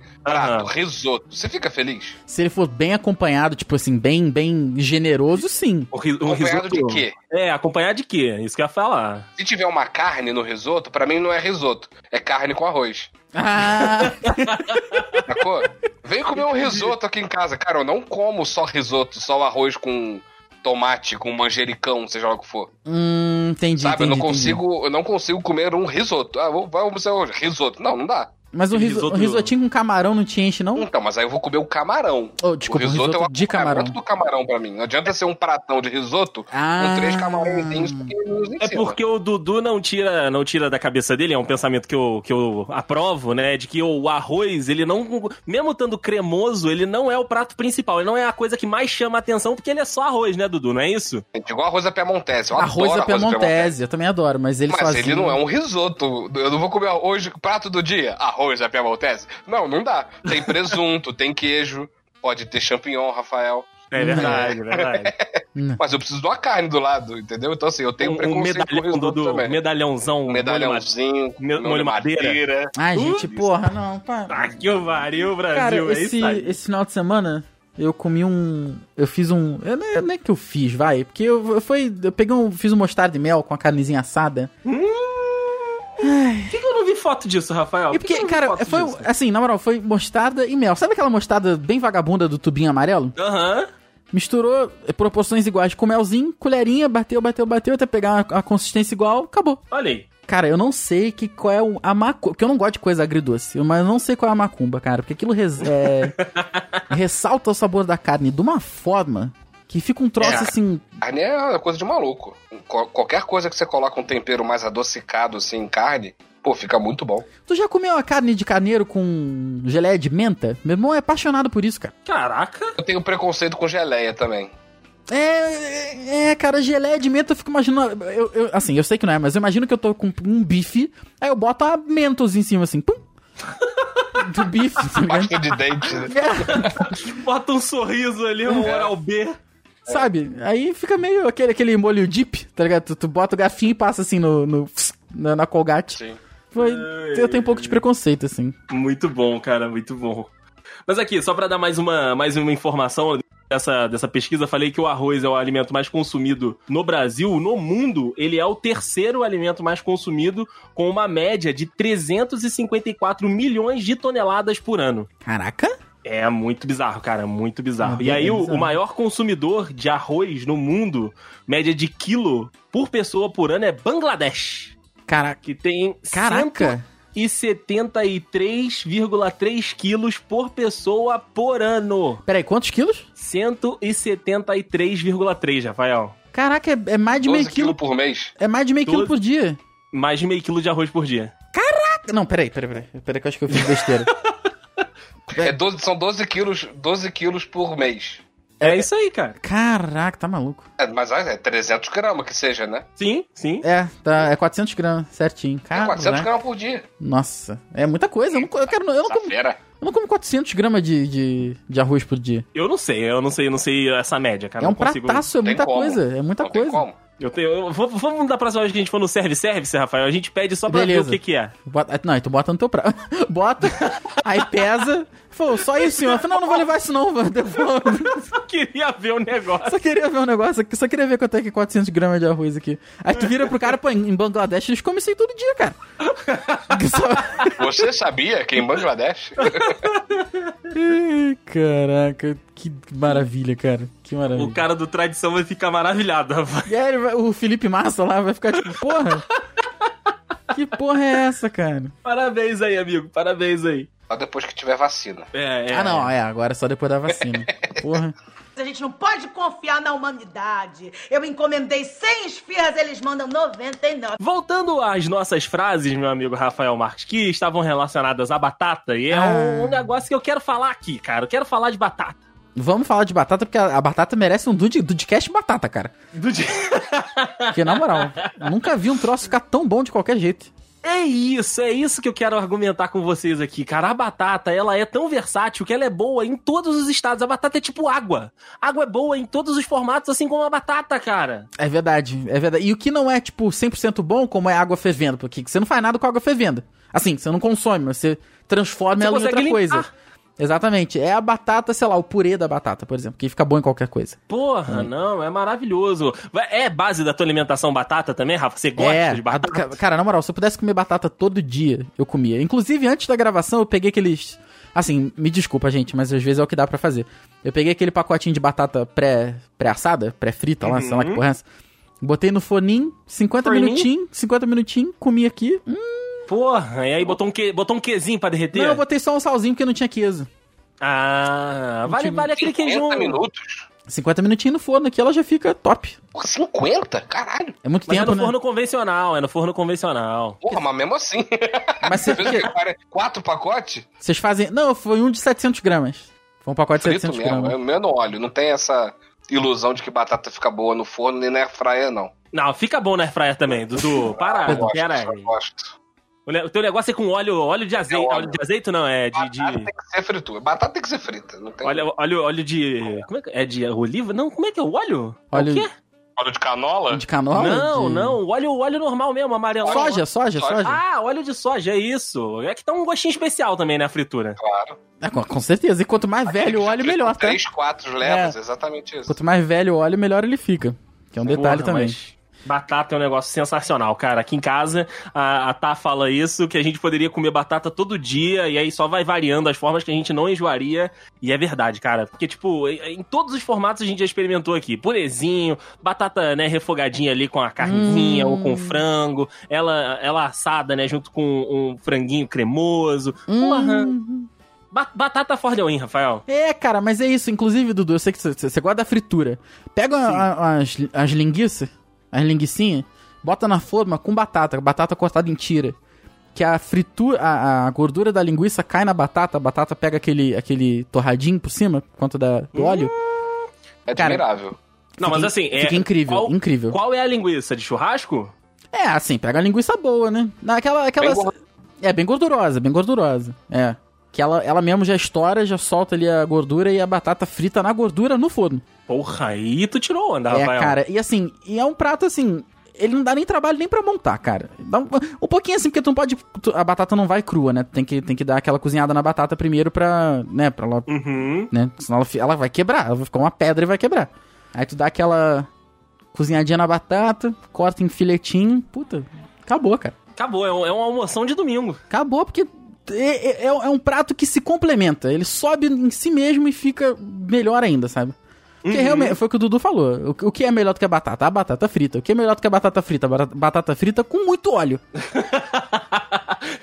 Speaker 3: Aham.
Speaker 4: Prato, risoto. Você fica feliz?
Speaker 2: se ele for bem acompanhado, tipo assim, bem, bem generoso, sim.
Speaker 3: O ri- um
Speaker 4: Acompanhado de
Speaker 3: risoto.
Speaker 4: quê?
Speaker 3: É, acompanhar de quê? Isso que eu ia falar.
Speaker 4: Se tiver uma carne no risoto, pra mim não é risoto. É carne com arroz.
Speaker 2: Ah,
Speaker 4: Sacou? Vem comer um risoto aqui em casa. Cara, eu não como só risoto, só arroz com tomate, com manjericão, seja lá o que for.
Speaker 2: hum, entendi.
Speaker 4: Sabe? eu não
Speaker 2: entendi,
Speaker 4: consigo, eu não consigo comer um risoto. Ah, vou, vai almoçar hoje. Risoto. Não, não dá.
Speaker 2: entendi. Mas um, riso-
Speaker 3: Risoto-
Speaker 2: um risotinho com camarão não te enche, não?
Speaker 4: Então, mas aí eu vou comer o camarão.
Speaker 2: Oh, desculpa,
Speaker 4: o
Speaker 2: um risoto,
Speaker 4: é o
Speaker 2: de camarão.
Speaker 4: acompanhamento do camarão pra mim. Não adianta ser um pratão de risoto
Speaker 2: Ah.
Speaker 4: com três camarõezinhos pequenininhos em
Speaker 3: É
Speaker 4: cima.
Speaker 3: porque o Dudu não tira, não tira da cabeça dele, é um pensamento que eu, que eu aprovo, né? De que o arroz, ele não. Mesmo estando cremoso, ele não é o prato principal. Ele não é a coisa que mais chama a atenção, porque ele é só arroz, né, Dudu? Não é isso?
Speaker 4: Gente, igual arroz à piemontese. Eu
Speaker 2: Arroz à
Speaker 4: adoro arroz à piemontese.
Speaker 2: piemontese, eu também adoro, mas ele
Speaker 4: Mas
Speaker 2: sozinho...
Speaker 4: ele não é um risoto. Eu não vou comer hoje prato do dia, arroz à piemontese. Não, não dá. Tem presunto, tem queijo, pode ter champignon, Rafael.
Speaker 3: É verdade, é verdade.
Speaker 4: Mas eu preciso de uma carne do lado, entendeu? Então, assim, eu tenho
Speaker 3: um, um
Speaker 4: preconceito com o
Speaker 3: medalhão
Speaker 4: risoto
Speaker 3: do,
Speaker 4: também.
Speaker 3: medalhãozão.
Speaker 4: Um medalhãozinho, é
Speaker 3: molho ma- molho madeira.
Speaker 2: Ai, gente,
Speaker 4: Uh.
Speaker 2: porra, não, pá.
Speaker 3: Ah, que pariu, Brasil.
Speaker 2: Cara,
Speaker 3: é
Speaker 2: esse,
Speaker 3: isso aí.
Speaker 2: esse final de semana eu comi um. Eu fiz um. Eu, não é- não é que eu fiz, vai. Porque eu, eu foi. Eu peguei um. Fiz um mostarda de mel com a carnezinha assada.
Speaker 3: Por que, que eu não vi foto disso, Rafael?
Speaker 2: E
Speaker 3: Ah, Por que
Speaker 2: É porque,
Speaker 3: que eu não
Speaker 2: cara,
Speaker 3: vi foto
Speaker 2: foi.
Speaker 3: disso?
Speaker 2: Assim, na moral, foi mostarda e mel. Sabe aquela mostarda bem vagabunda do tubinho amarelo?
Speaker 3: Aham.
Speaker 2: Misturou eh, proporções iguais com melzinho, colherinha, bateu, bateu, bateu, até pegar uma, uma consistência igual, acabou.
Speaker 3: Olha aí.
Speaker 2: Cara, eu não sei que qual é o, a macumba. Porque eu não gosto de coisa agridoce, mas eu não sei qual é a macumba, cara. Porque aquilo res- é, ressalta o sabor da carne de uma forma que fica um troço
Speaker 4: É.
Speaker 2: assim.
Speaker 4: Carne é uma coisa de maluco. Qual- qualquer coisa que você coloca um tempero mais adocicado, assim, em carne, pô, fica muito bom.
Speaker 2: Tu já comeu a carne de carneiro com geleia de menta? Meu irmão é apaixonado por isso, cara.
Speaker 3: Caraca.
Speaker 4: Eu tenho preconceito com geleia também.
Speaker 2: É, é, cara, geleia de menta eu fico imaginando. Eu, eu- assim, eu sei que não é, mas eu imagino que eu tô com um bife, aí eu boto a mentos em cima, assim, pum! Do bife, tá ligado? É.
Speaker 4: Pasta de dente. né?
Speaker 3: Bota um sorriso ali, um oral B.
Speaker 2: Sabe? Aí fica meio aquele, aquele molho dip, tá ligado? Tu, tu bota o garfinho e passa assim no, no- na, na colgate.
Speaker 4: Sim.
Speaker 2: Foi, eu tenho um pouco de preconceito, assim.
Speaker 3: Muito bom, cara, muito bom. Mas aqui, só pra dar mais uma, mais uma informação dessa, dessa pesquisa, eu falei que o arroz é o alimento mais consumido no Brasil. No mundo, ele é o terceiro alimento mais consumido, com uma média de 354 milhões de toneladas por ano.
Speaker 2: Caraca!
Speaker 3: É muito bizarro, cara, muito bizarro.
Speaker 2: É,
Speaker 3: e aí,
Speaker 2: é
Speaker 3: o-
Speaker 2: bizarro.
Speaker 3: o maior consumidor de arroz no mundo, média de quilo por pessoa por ano, é Bangladesh,
Speaker 2: Caraca!
Speaker 3: que tem
Speaker 2: Caraca!
Speaker 3: e 73,3 quilos por pessoa por ano.
Speaker 2: Peraí, quantos quilos?
Speaker 3: 173,3, Rafael.
Speaker 2: Caraca, é, é mais de
Speaker 4: 12
Speaker 2: meio
Speaker 4: quilos
Speaker 2: quilo.
Speaker 4: por mês.
Speaker 2: É mais de meio quilo
Speaker 3: Doze.
Speaker 2: por dia.
Speaker 3: Mais de meio quilo de arroz por dia.
Speaker 2: Ah, Não, peraí, peraí, peraí. Peraí que eu acho que eu fiz besteira. É.
Speaker 4: É 12 são 12 quilos, 12 quilos por mês.
Speaker 3: É isso aí, cara.
Speaker 2: Caraca, tá maluco.
Speaker 4: É, mas é 300 gramas que seja, né?
Speaker 3: Sim, sim.
Speaker 2: É, tá, é 400 gramas, certinho.
Speaker 4: É
Speaker 2: Caraca.
Speaker 4: 400 gramas por dia.
Speaker 2: Nossa, é muita coisa. Eu não, co- eu quero, eu não,
Speaker 4: Essa
Speaker 2: Então como,
Speaker 4: fera.
Speaker 2: eu não como 400 gramas de, de, de arroz por dia.
Speaker 3: Eu não sei, eu não sei, eu não sei essa média, cara.
Speaker 2: é um
Speaker 3: não consigo...
Speaker 2: prataço, é
Speaker 4: Tem
Speaker 2: muita
Speaker 4: como.
Speaker 2: coisa. É muita
Speaker 4: Não tem
Speaker 2: coisa.
Speaker 4: como.
Speaker 3: Eu tenho. eu- vou- vamos da próxima vez que a gente for no serve-service, Rafael. A gente pede só pra
Speaker 2: Beleza.
Speaker 3: ver o que, que é.
Speaker 2: Bota, não, aí tu bota no teu prato. bota, aí pesa. Falou, só isso, senhor. Eu falei, não, não vou levar isso não, mano. Devolve.
Speaker 3: Eu só queria ver o negócio.
Speaker 2: Só queria ver um negócio aqui, só queria ver quanto é que é 400 gramas de arroz aqui. Aí tu vira pro cara, pô, em Bangladesh eles comem isso aí todo dia, cara. Só-
Speaker 4: Você sabia que em Bangladesh
Speaker 2: Ai, Caraca, que maravilha, cara. Que maravilha.
Speaker 3: O cara do tradição vai ficar maravilhado, Rafael.
Speaker 2: E aí ele vai- o Felipe Massa lá vai ficar tipo, porra? que porra é essa, cara?
Speaker 3: Parabéns aí, amigo. Parabéns aí.
Speaker 4: só depois que tiver vacina?
Speaker 3: É, é.
Speaker 2: Ah, não, é, agora é só depois da vacina. Porra.
Speaker 5: A gente não pode confiar na humanidade. Eu encomendei 100 esfirras, eles mandam 99.
Speaker 3: Voltando às nossas frases, meu amigo Rafael Marques, que estavam relacionadas à batata, e é
Speaker 2: Ah.
Speaker 3: um negócio que eu quero falar aqui, cara. Eu quero falar de batata.
Speaker 2: Vamos falar de batata, porque a, a batata merece um dude, dudecast batata, cara.
Speaker 3: Do dia-
Speaker 2: Porque, na moral, nunca vi um troço ficar tão bom de qualquer jeito.
Speaker 3: É isso, é isso que eu quero argumentar com vocês aqui, cara. A batata, ela é tão versátil que ela é boa em todos os estados. A batata é tipo água. Água é boa em todos os formatos, assim como a batata, cara.
Speaker 2: É verdade, é verdade. E o que não é, tipo, 100% bom, como é água fervendo, porque você não faz nada com água fervendo. Assim, você não consome, mas você transforma
Speaker 3: Você
Speaker 2: ela em
Speaker 3: consegue
Speaker 2: outra coisa.
Speaker 3: limpar.
Speaker 2: Exatamente. É a batata, sei lá, o purê da batata, por exemplo, que fica bom em qualquer coisa. Hum.
Speaker 3: Porra, não, é maravilhoso. Vai- É base da tua alimentação batata também, Rafa? Você gosta
Speaker 2: é,
Speaker 3: de batata?
Speaker 2: a- ca- cara, na moral, se eu pudesse comer batata todo dia, eu comia. Inclusive, antes da gravação, eu peguei aqueles. Assim, me desculpa, gente, mas às vezes é o que dá pra fazer. Eu peguei aquele pacotinho de batata pré- pré-assada, pré-frita lá, sei lá que porra é essa. Botei no forninho, 50
Speaker 3: Forninho?
Speaker 2: minutinhos, 50 minutinhos, comi aqui. Hum,
Speaker 3: Porra, e aí botou um, que, botou um quezinho pra derreter?
Speaker 2: não, eu botei só um salzinho porque não tinha queso.
Speaker 3: Ah, vale,
Speaker 2: tive-
Speaker 3: vale aquele queijão.
Speaker 4: 50 minutos?
Speaker 2: 50 minutinhos no forno aqui, ela já fica top.
Speaker 4: Pô, 50? Caralho.
Speaker 2: É muito
Speaker 3: Mas
Speaker 2: tempo,
Speaker 3: é no
Speaker 2: né?
Speaker 3: forno convencional, é no forno convencional.
Speaker 4: Porra, mas mesmo assim.
Speaker 2: Mas
Speaker 4: Você fez o
Speaker 2: você-
Speaker 4: quê? Quare- Quatro pacotes?
Speaker 2: vocês fazem... Não, foi um de 700 gramas. Foi um pacote de
Speaker 4: Frito
Speaker 2: 700
Speaker 4: mesmo.
Speaker 2: gramas.
Speaker 4: É menos óleo. Não tem essa ilusão de que batata fica boa no forno nem na airfryer, não.
Speaker 3: Não, fica bom na airfryer também, Dudu. Para,
Speaker 4: Eu gosto,
Speaker 3: Ah, pera aí.
Speaker 4: eu gosto.
Speaker 3: O, ne- o teu negócio é com óleo, óleo de azeite.
Speaker 4: É óleo.
Speaker 3: óleo. de azeite não, é de. de-
Speaker 4: Batata tem que ser fritura. Batata tem que ser frita. Não tem
Speaker 3: Óleo, óleo, óleo de. Como é que é? de oliva? Não, como é que é o óleo? É
Speaker 2: Óleo
Speaker 3: o quê?
Speaker 4: óleo de canola?
Speaker 2: De canola?
Speaker 3: não,
Speaker 2: De-
Speaker 3: não, óleo, óleo normal mesmo, amarelo.
Speaker 2: Soja, soja,
Speaker 4: Soja.
Speaker 2: soja.
Speaker 3: Ah, óleo de soja, é isso. É que dá um gostinho especial também na fritura.
Speaker 4: Claro. Tipo,
Speaker 2: É, com, com certeza. E quanto mais velho o óleo,
Speaker 3: é
Speaker 2: melhor, tá?
Speaker 4: Três, quatro levas, exatamente isso.
Speaker 2: Quanto mais velho o óleo, melhor ele fica. Que é um detalhe
Speaker 3: Porra,
Speaker 2: também.
Speaker 3: né, mas Batata é um negócio sensacional, cara. Aqui em casa, a, a Tá fala isso, que a gente poderia comer batata todo dia, e aí só vai variando as formas que a gente não enjoaria. E é verdade, cara. Porque, tipo, em em todos os formatos a gente já experimentou aqui. Purezinho, batata, né, refogadinha ali com a carnezinha
Speaker 2: Hum.
Speaker 3: ou com frango. Ela, ela assada, né, junto com um franguinho cremoso.
Speaker 2: Hum.
Speaker 3: Ba- batata for the win, Rafael.
Speaker 2: É, cara, mas é isso. Inclusive, Dudu, eu sei que você você gosta da fritura. Pega a- as, as linguiças, as linguiçinhas, bota na forma com batata, batata cortada em tira. Que a fritura, a, a gordura da linguiça cai na batata, a batata pega aquele, aquele torradinho por cima, por conta da, do óleo.
Speaker 4: É
Speaker 2: Cara,
Speaker 4: admirável.
Speaker 3: Hum. Não, mas
Speaker 2: Fica-
Speaker 3: assim, é.
Speaker 2: Fica incrível,
Speaker 3: qual-
Speaker 2: incrível.
Speaker 3: Qual é a linguiça? De churrasco?
Speaker 2: É, assim, pega a linguiça boa, né? Naquela, aquela,
Speaker 4: Bem gor-
Speaker 2: É, bem gordurosa, bem gordurosa. É. Que ela, ela mesmo já estoura, já solta ali a gordura e a batata frita na gordura no forno.
Speaker 3: Porra, aí tu tirou onda,
Speaker 2: é,
Speaker 3: Rafael.
Speaker 2: cara, e assim, e é um prato assim. Ele não dá nem trabalho nem pra montar, cara. Dá um, um pouquinho assim, porque tu não pode. tu- a batata não vai crua, né? Tu Tem que, tem que dar aquela cozinhada na batata primeiro pra. né, pra ela.
Speaker 3: Uhum.
Speaker 2: Né? Senão ela, fi- ela vai quebrar, ela vai ficar uma pedra e vai quebrar. Aí tu dá aquela cozinhadinha na batata, corta em filetinho, puta, acabou, cara.
Speaker 3: Acabou, é, um- é uma almoção de domingo.
Speaker 2: Acabou, porque é, é- é um prato que se complementa. Ele sobe em si mesmo e fica melhor ainda, sabe? Porque
Speaker 3: Uhum.
Speaker 2: realmente, foi o que o Dudu falou. O, que- o que é melhor do que a batata? A batata frita. O que é melhor do que a batata frita? A barata- batata frita com muito óleo.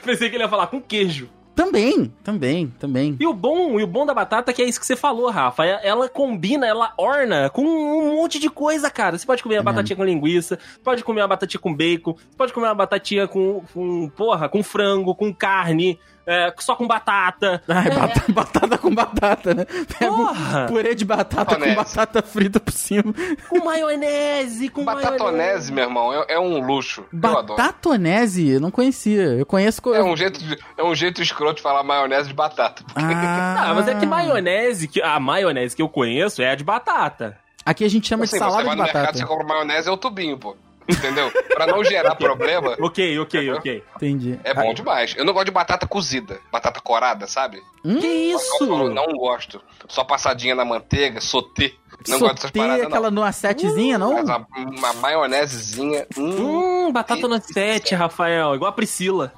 Speaker 3: Pensei que ele ia falar com queijo.
Speaker 2: Também, também, também.
Speaker 3: E o bom, e o bom da batata é que é isso que você falou, Rafa. É- Ela combina, ela orna com um monte de coisa, cara. Você pode comer uma
Speaker 2: mesmo.
Speaker 3: batatinha com linguiça, pode comer uma batatinha com bacon, você pode comer uma batatinha com, com porra, com frango, com carne, é, só com batata.
Speaker 2: Ai, bata- batata com batata, né? Pega um
Speaker 3: É. Porra!
Speaker 2: purê de batata com
Speaker 4: Maionese.
Speaker 2: batata frita por cima.
Speaker 3: Com maionese, com
Speaker 2: né?
Speaker 4: Batatonese, meu irmão, é, é um luxo. Eu adoro.
Speaker 2: Batatonese? Eu não conhecia. Eu conheço... co-
Speaker 4: É um, jeito, de- é um jeito escroto de falar maionese de batata.
Speaker 2: Ah,
Speaker 3: Ah, mas é que maionese, que a maionese que eu conheço é a de batata.
Speaker 2: Aqui a gente chama de
Speaker 4: Assim,
Speaker 2: salada
Speaker 4: você vai
Speaker 2: de
Speaker 4: no mercado,
Speaker 2: batata.
Speaker 4: você compra maionese, é o tubinho, pô. Entendeu? pra não gerar problema,
Speaker 3: Ok, ok, ok.
Speaker 2: Entendi.
Speaker 4: é bom demais. Eu não gosto de batata cozida, batata corada, sabe?
Speaker 2: Hum?
Speaker 3: Que isso?
Speaker 4: Eu não gosto. Só passadinha na manteiga, sotê. Não gosto dessas
Speaker 2: Sotê,
Speaker 4: paradas, não.
Speaker 2: aquela numa setezinha, não?
Speaker 4: Mas uma, uma maionesezinha. Hum,
Speaker 3: Hum, batata no 7, Rafael. Igual a Priscila.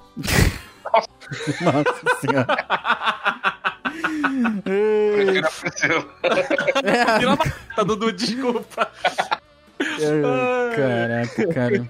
Speaker 2: Nossa senhora.
Speaker 4: prefiro a Priscila.
Speaker 2: É,
Speaker 3: Virou a batata, Dudu, desculpa.
Speaker 2: ai, caraca, cara.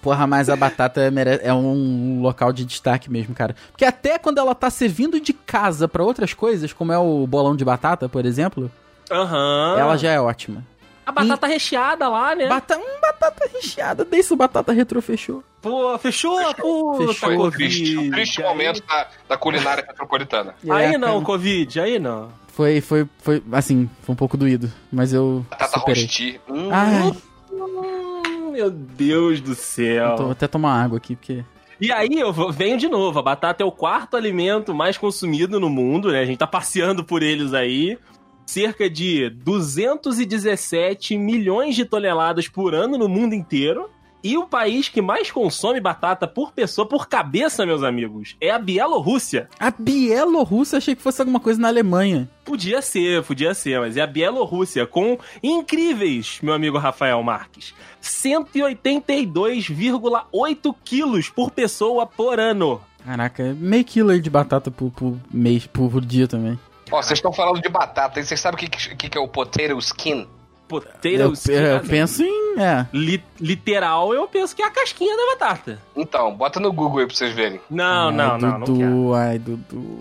Speaker 2: Porra, mas a batata mere- é um local de destaque mesmo, cara. Porque até quando ela tá servindo de casa pra outras coisas, como é o bolão de batata, por exemplo,
Speaker 3: Aham.
Speaker 4: Ah.
Speaker 2: ela já é ótima.
Speaker 3: A batata recheada lá,
Speaker 4: É.
Speaker 3: né?
Speaker 2: Bata... Hum, batata recheada, dei isso, batata retro fechou.
Speaker 3: Pô, fechou? Pô,
Speaker 2: Fechou.
Speaker 3: tá
Speaker 4: Triste,
Speaker 3: Covid.
Speaker 4: triste
Speaker 3: Aí-
Speaker 4: momento da, da culinária metropolitana.
Speaker 3: Aí
Speaker 2: É,
Speaker 3: não,
Speaker 2: cara,
Speaker 3: Covid, aí não.
Speaker 2: Foi, foi, foi, assim, foi um pouco doído, mas eu
Speaker 4: Batata
Speaker 2: superei. Ah,
Speaker 4: rosti. Hum,
Speaker 2: Ai,
Speaker 3: Hum, Meu Deus do céu.
Speaker 2: eu tô- vou até tomar água aqui, porque...
Speaker 3: E aí eu vou- venho de novo. A batata é o quarto alimento mais consumido no mundo, né? A gente tá passeando por eles aí. Cerca de 217 milhões de toneladas por ano no mundo inteiro. E o país que mais consome batata por pessoa, por cabeça, meus amigos, é a Bielorrússia.
Speaker 2: A Bielorrússia, achei que fosse alguma coisa na Alemanha.
Speaker 3: Podia ser, podia ser, mas é a Bielorrússia com incríveis, meu amigo Rafael Marques, 182,8 quilos por pessoa por ano.
Speaker 2: Caraca, é meio quilo aí de batata por, por mês, por dia também.
Speaker 4: Ó, vocês estão falando de batata, e vocês sabem o que, que, que é o potato skin?
Speaker 3: Potato
Speaker 2: Eu, eu
Speaker 3: skin.
Speaker 2: penso em. É.
Speaker 3: Li- literal, eu penso que é a casquinha da batata.
Speaker 4: Então, bota no Google aí pra vocês verem.
Speaker 3: Não,
Speaker 2: Ai,
Speaker 3: não,
Speaker 2: É,
Speaker 3: não, não,
Speaker 2: Dudu,
Speaker 3: quero.
Speaker 2: ai, Dudu.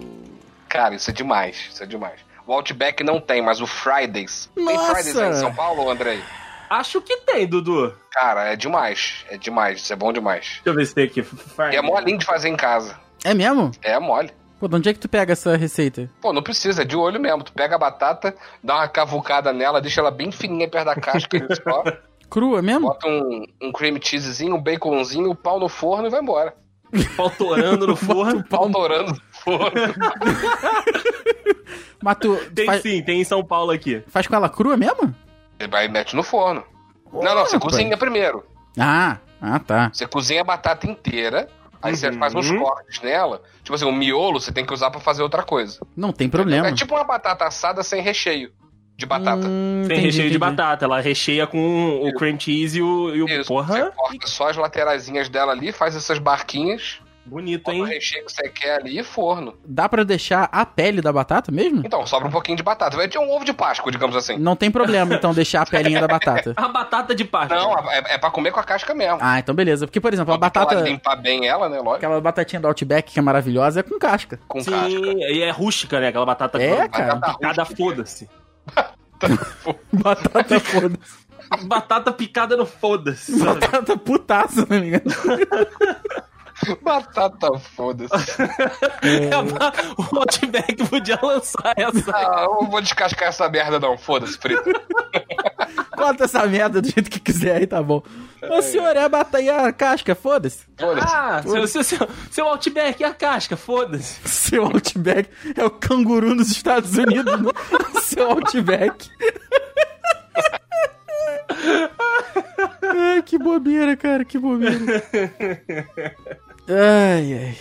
Speaker 4: Cara, isso é demais, isso é demais. O Outback não tem, mas o Fridays. Tem
Speaker 2: Nossa!
Speaker 4: Fridays aí em São Paulo, Andrei?
Speaker 3: Acho que tem, Dudu. Deixa
Speaker 4: Cara, é demais, é demais, isso é bom demais.
Speaker 3: eu ver se tem aqui.
Speaker 4: E é molinho de fazer em casa.
Speaker 2: É mesmo?
Speaker 4: É mole.
Speaker 2: Pô, de onde é que tu pega essa receita?
Speaker 4: Pô, não precisa, é de olho mesmo. Tu pega a batata, dá uma cavucada nela, deixa ela bem fininha perto da casca, só,
Speaker 2: Crua mesmo?
Speaker 4: bota um, um cream cheesezinho, um baconzinho, o pau no forno e vai embora.
Speaker 3: Pautorando no forno.
Speaker 2: Pau no-
Speaker 4: Adorando forno.
Speaker 2: Mas tu
Speaker 3: Tem
Speaker 2: faz,
Speaker 3: sim, tem em São Paulo aqui.
Speaker 2: faz com ela crua mesmo?
Speaker 4: Você vai e mete no forno. Não, não, você
Speaker 2: rapaz.
Speaker 4: cozinha primeiro.
Speaker 2: Ah, ah tá.
Speaker 4: Você cozinha a batata inteira, aí você
Speaker 3: Uhum.
Speaker 4: faz uns cortes nela. Tipo assim, um miolo você tem que usar pra fazer outra coisa.
Speaker 2: Não tem problema.
Speaker 4: É tipo uma batata assada sem recheio de batata.
Speaker 2: Hum,
Speaker 3: Tem
Speaker 2: entendi,
Speaker 3: recheio de
Speaker 2: entendi.
Speaker 3: batata. Ela recheia com o cream cheese e o. e o-
Speaker 4: Isso, É.
Speaker 3: porra,
Speaker 4: você corta só as lateraisinhas dela ali, faz essas barquinhas,
Speaker 3: bonito,
Speaker 4: bota o
Speaker 3: hein?
Speaker 4: recheio que você quer ali e forno.
Speaker 2: Dá pra deixar a pele da batata mesmo?
Speaker 4: Então, sobra um pouquinho de batata. Vai ter um ovo de Páscoa, digamos assim.
Speaker 2: Não tem problema, então, deixar a pelinha da batata.
Speaker 3: A batata de Páscoa.
Speaker 4: Não, é, é pra comer com a casca mesmo.
Speaker 2: Ah, então beleza. Porque, por exemplo, a
Speaker 4: Tem que lá
Speaker 2: batata.
Speaker 4: limpar bem ela, né? Lógico.
Speaker 2: Aquela batatinha do Outback que é maravilhosa é com casca.
Speaker 4: Com
Speaker 3: Sim,
Speaker 4: casca.
Speaker 3: e é rústica, né? Aquela batata
Speaker 2: É,
Speaker 3: com-
Speaker 2: cara.
Speaker 3: picada, foda-se.
Speaker 2: Batata tá foda.
Speaker 3: Batata picada no foda-se. sabe?
Speaker 2: Batata putaça, tá ligado?
Speaker 4: Batata, foda-se.
Speaker 3: É, o Outback podia lançar essa.
Speaker 4: Ah, eu não vou descascar essa merda, não. Foda-se, frito.
Speaker 2: Corta essa merda do jeito que quiser aí, tá bom. Ô, senhor, é a batata e a casca, foda-se.
Speaker 4: Foda-se.
Speaker 3: Ah, seu, seu, seu, seu Outback é a casca, foda-se.
Speaker 2: Seu Outback é o canguru nos Estados Unidos, né? Seu Outback. Ai, que bobeira, cara, que bobeira. Ai, ai.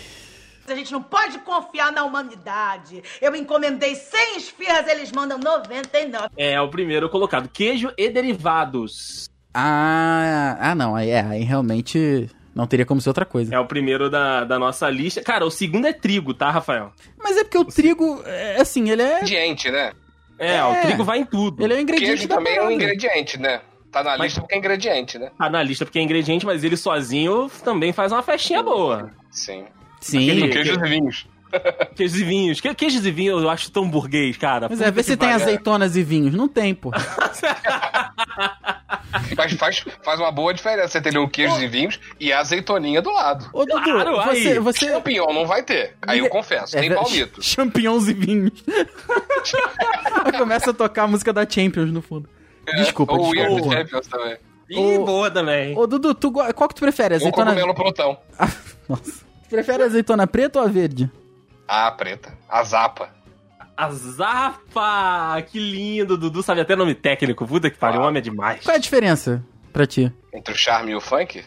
Speaker 5: A gente não pode confiar na humanidade. Eu encomendei 100 esfirras, eles mandam 99.
Speaker 3: É, o primeiro colocado. Queijo e derivados.
Speaker 2: Ah, ah não, aí, é, aí realmente não teria como ser outra coisa.
Speaker 3: É o primeiro da, da nossa lista. Cara, o segundo é trigo, tá, Rafael?
Speaker 2: Mas é porque o trigo, é, assim, ele é,
Speaker 4: Ingrediente, né?
Speaker 3: É,
Speaker 2: É.
Speaker 3: o trigo vai em tudo.
Speaker 2: ele é o ingrediente
Speaker 4: Queijo
Speaker 2: da
Speaker 4: também é um
Speaker 2: parada.
Speaker 4: ingrediente, né? Tá na
Speaker 3: Mas-
Speaker 4: lista porque é ingrediente, né?
Speaker 3: Tá na lista porque é ingrediente, mas ele sozinho também faz uma festinha boa.
Speaker 4: Sim.
Speaker 2: Sim.
Speaker 3: Aquele-
Speaker 4: Queijos e vinhos.
Speaker 3: Queijos e vinhos. Que- Queijos e vinhos eu acho tão burguês, cara.
Speaker 2: Mas é, vê se tem azeitonas e vinhos. Não tem, pô.
Speaker 4: Mas faz, faz uma boa diferença você ter um queijos e vinhos e a azeitoninha do lado.
Speaker 2: Ô, Dudu,
Speaker 3: Claro, aí.
Speaker 2: você... você...
Speaker 4: Champignon não vai ter. Aí eu confesso.
Speaker 2: É,
Speaker 4: Tem palmito.
Speaker 2: Champignons e vinhos. Aí Começa a tocar a música da Champions no fundo. Desculpa,
Speaker 4: É, Ou Weird
Speaker 2: desculpa.
Speaker 4: Champions também.
Speaker 3: Ih,
Speaker 2: Ô-
Speaker 3: boa também.
Speaker 2: Ô, Dudu, tu, go- qual que tu prefere?
Speaker 4: Ou
Speaker 2: Azeitona...
Speaker 4: cogumelo pelotão.
Speaker 2: Ah, Nossa. Tu prefere azeitona preta ou a verde?
Speaker 4: Ah, preta. A zapa.
Speaker 3: A Zapa! Que lindo, Dudu sabe até nome técnico. Puta que pariu, homem é demais.
Speaker 2: Qual é a diferença pra ti?
Speaker 4: Entre o charme e o funk?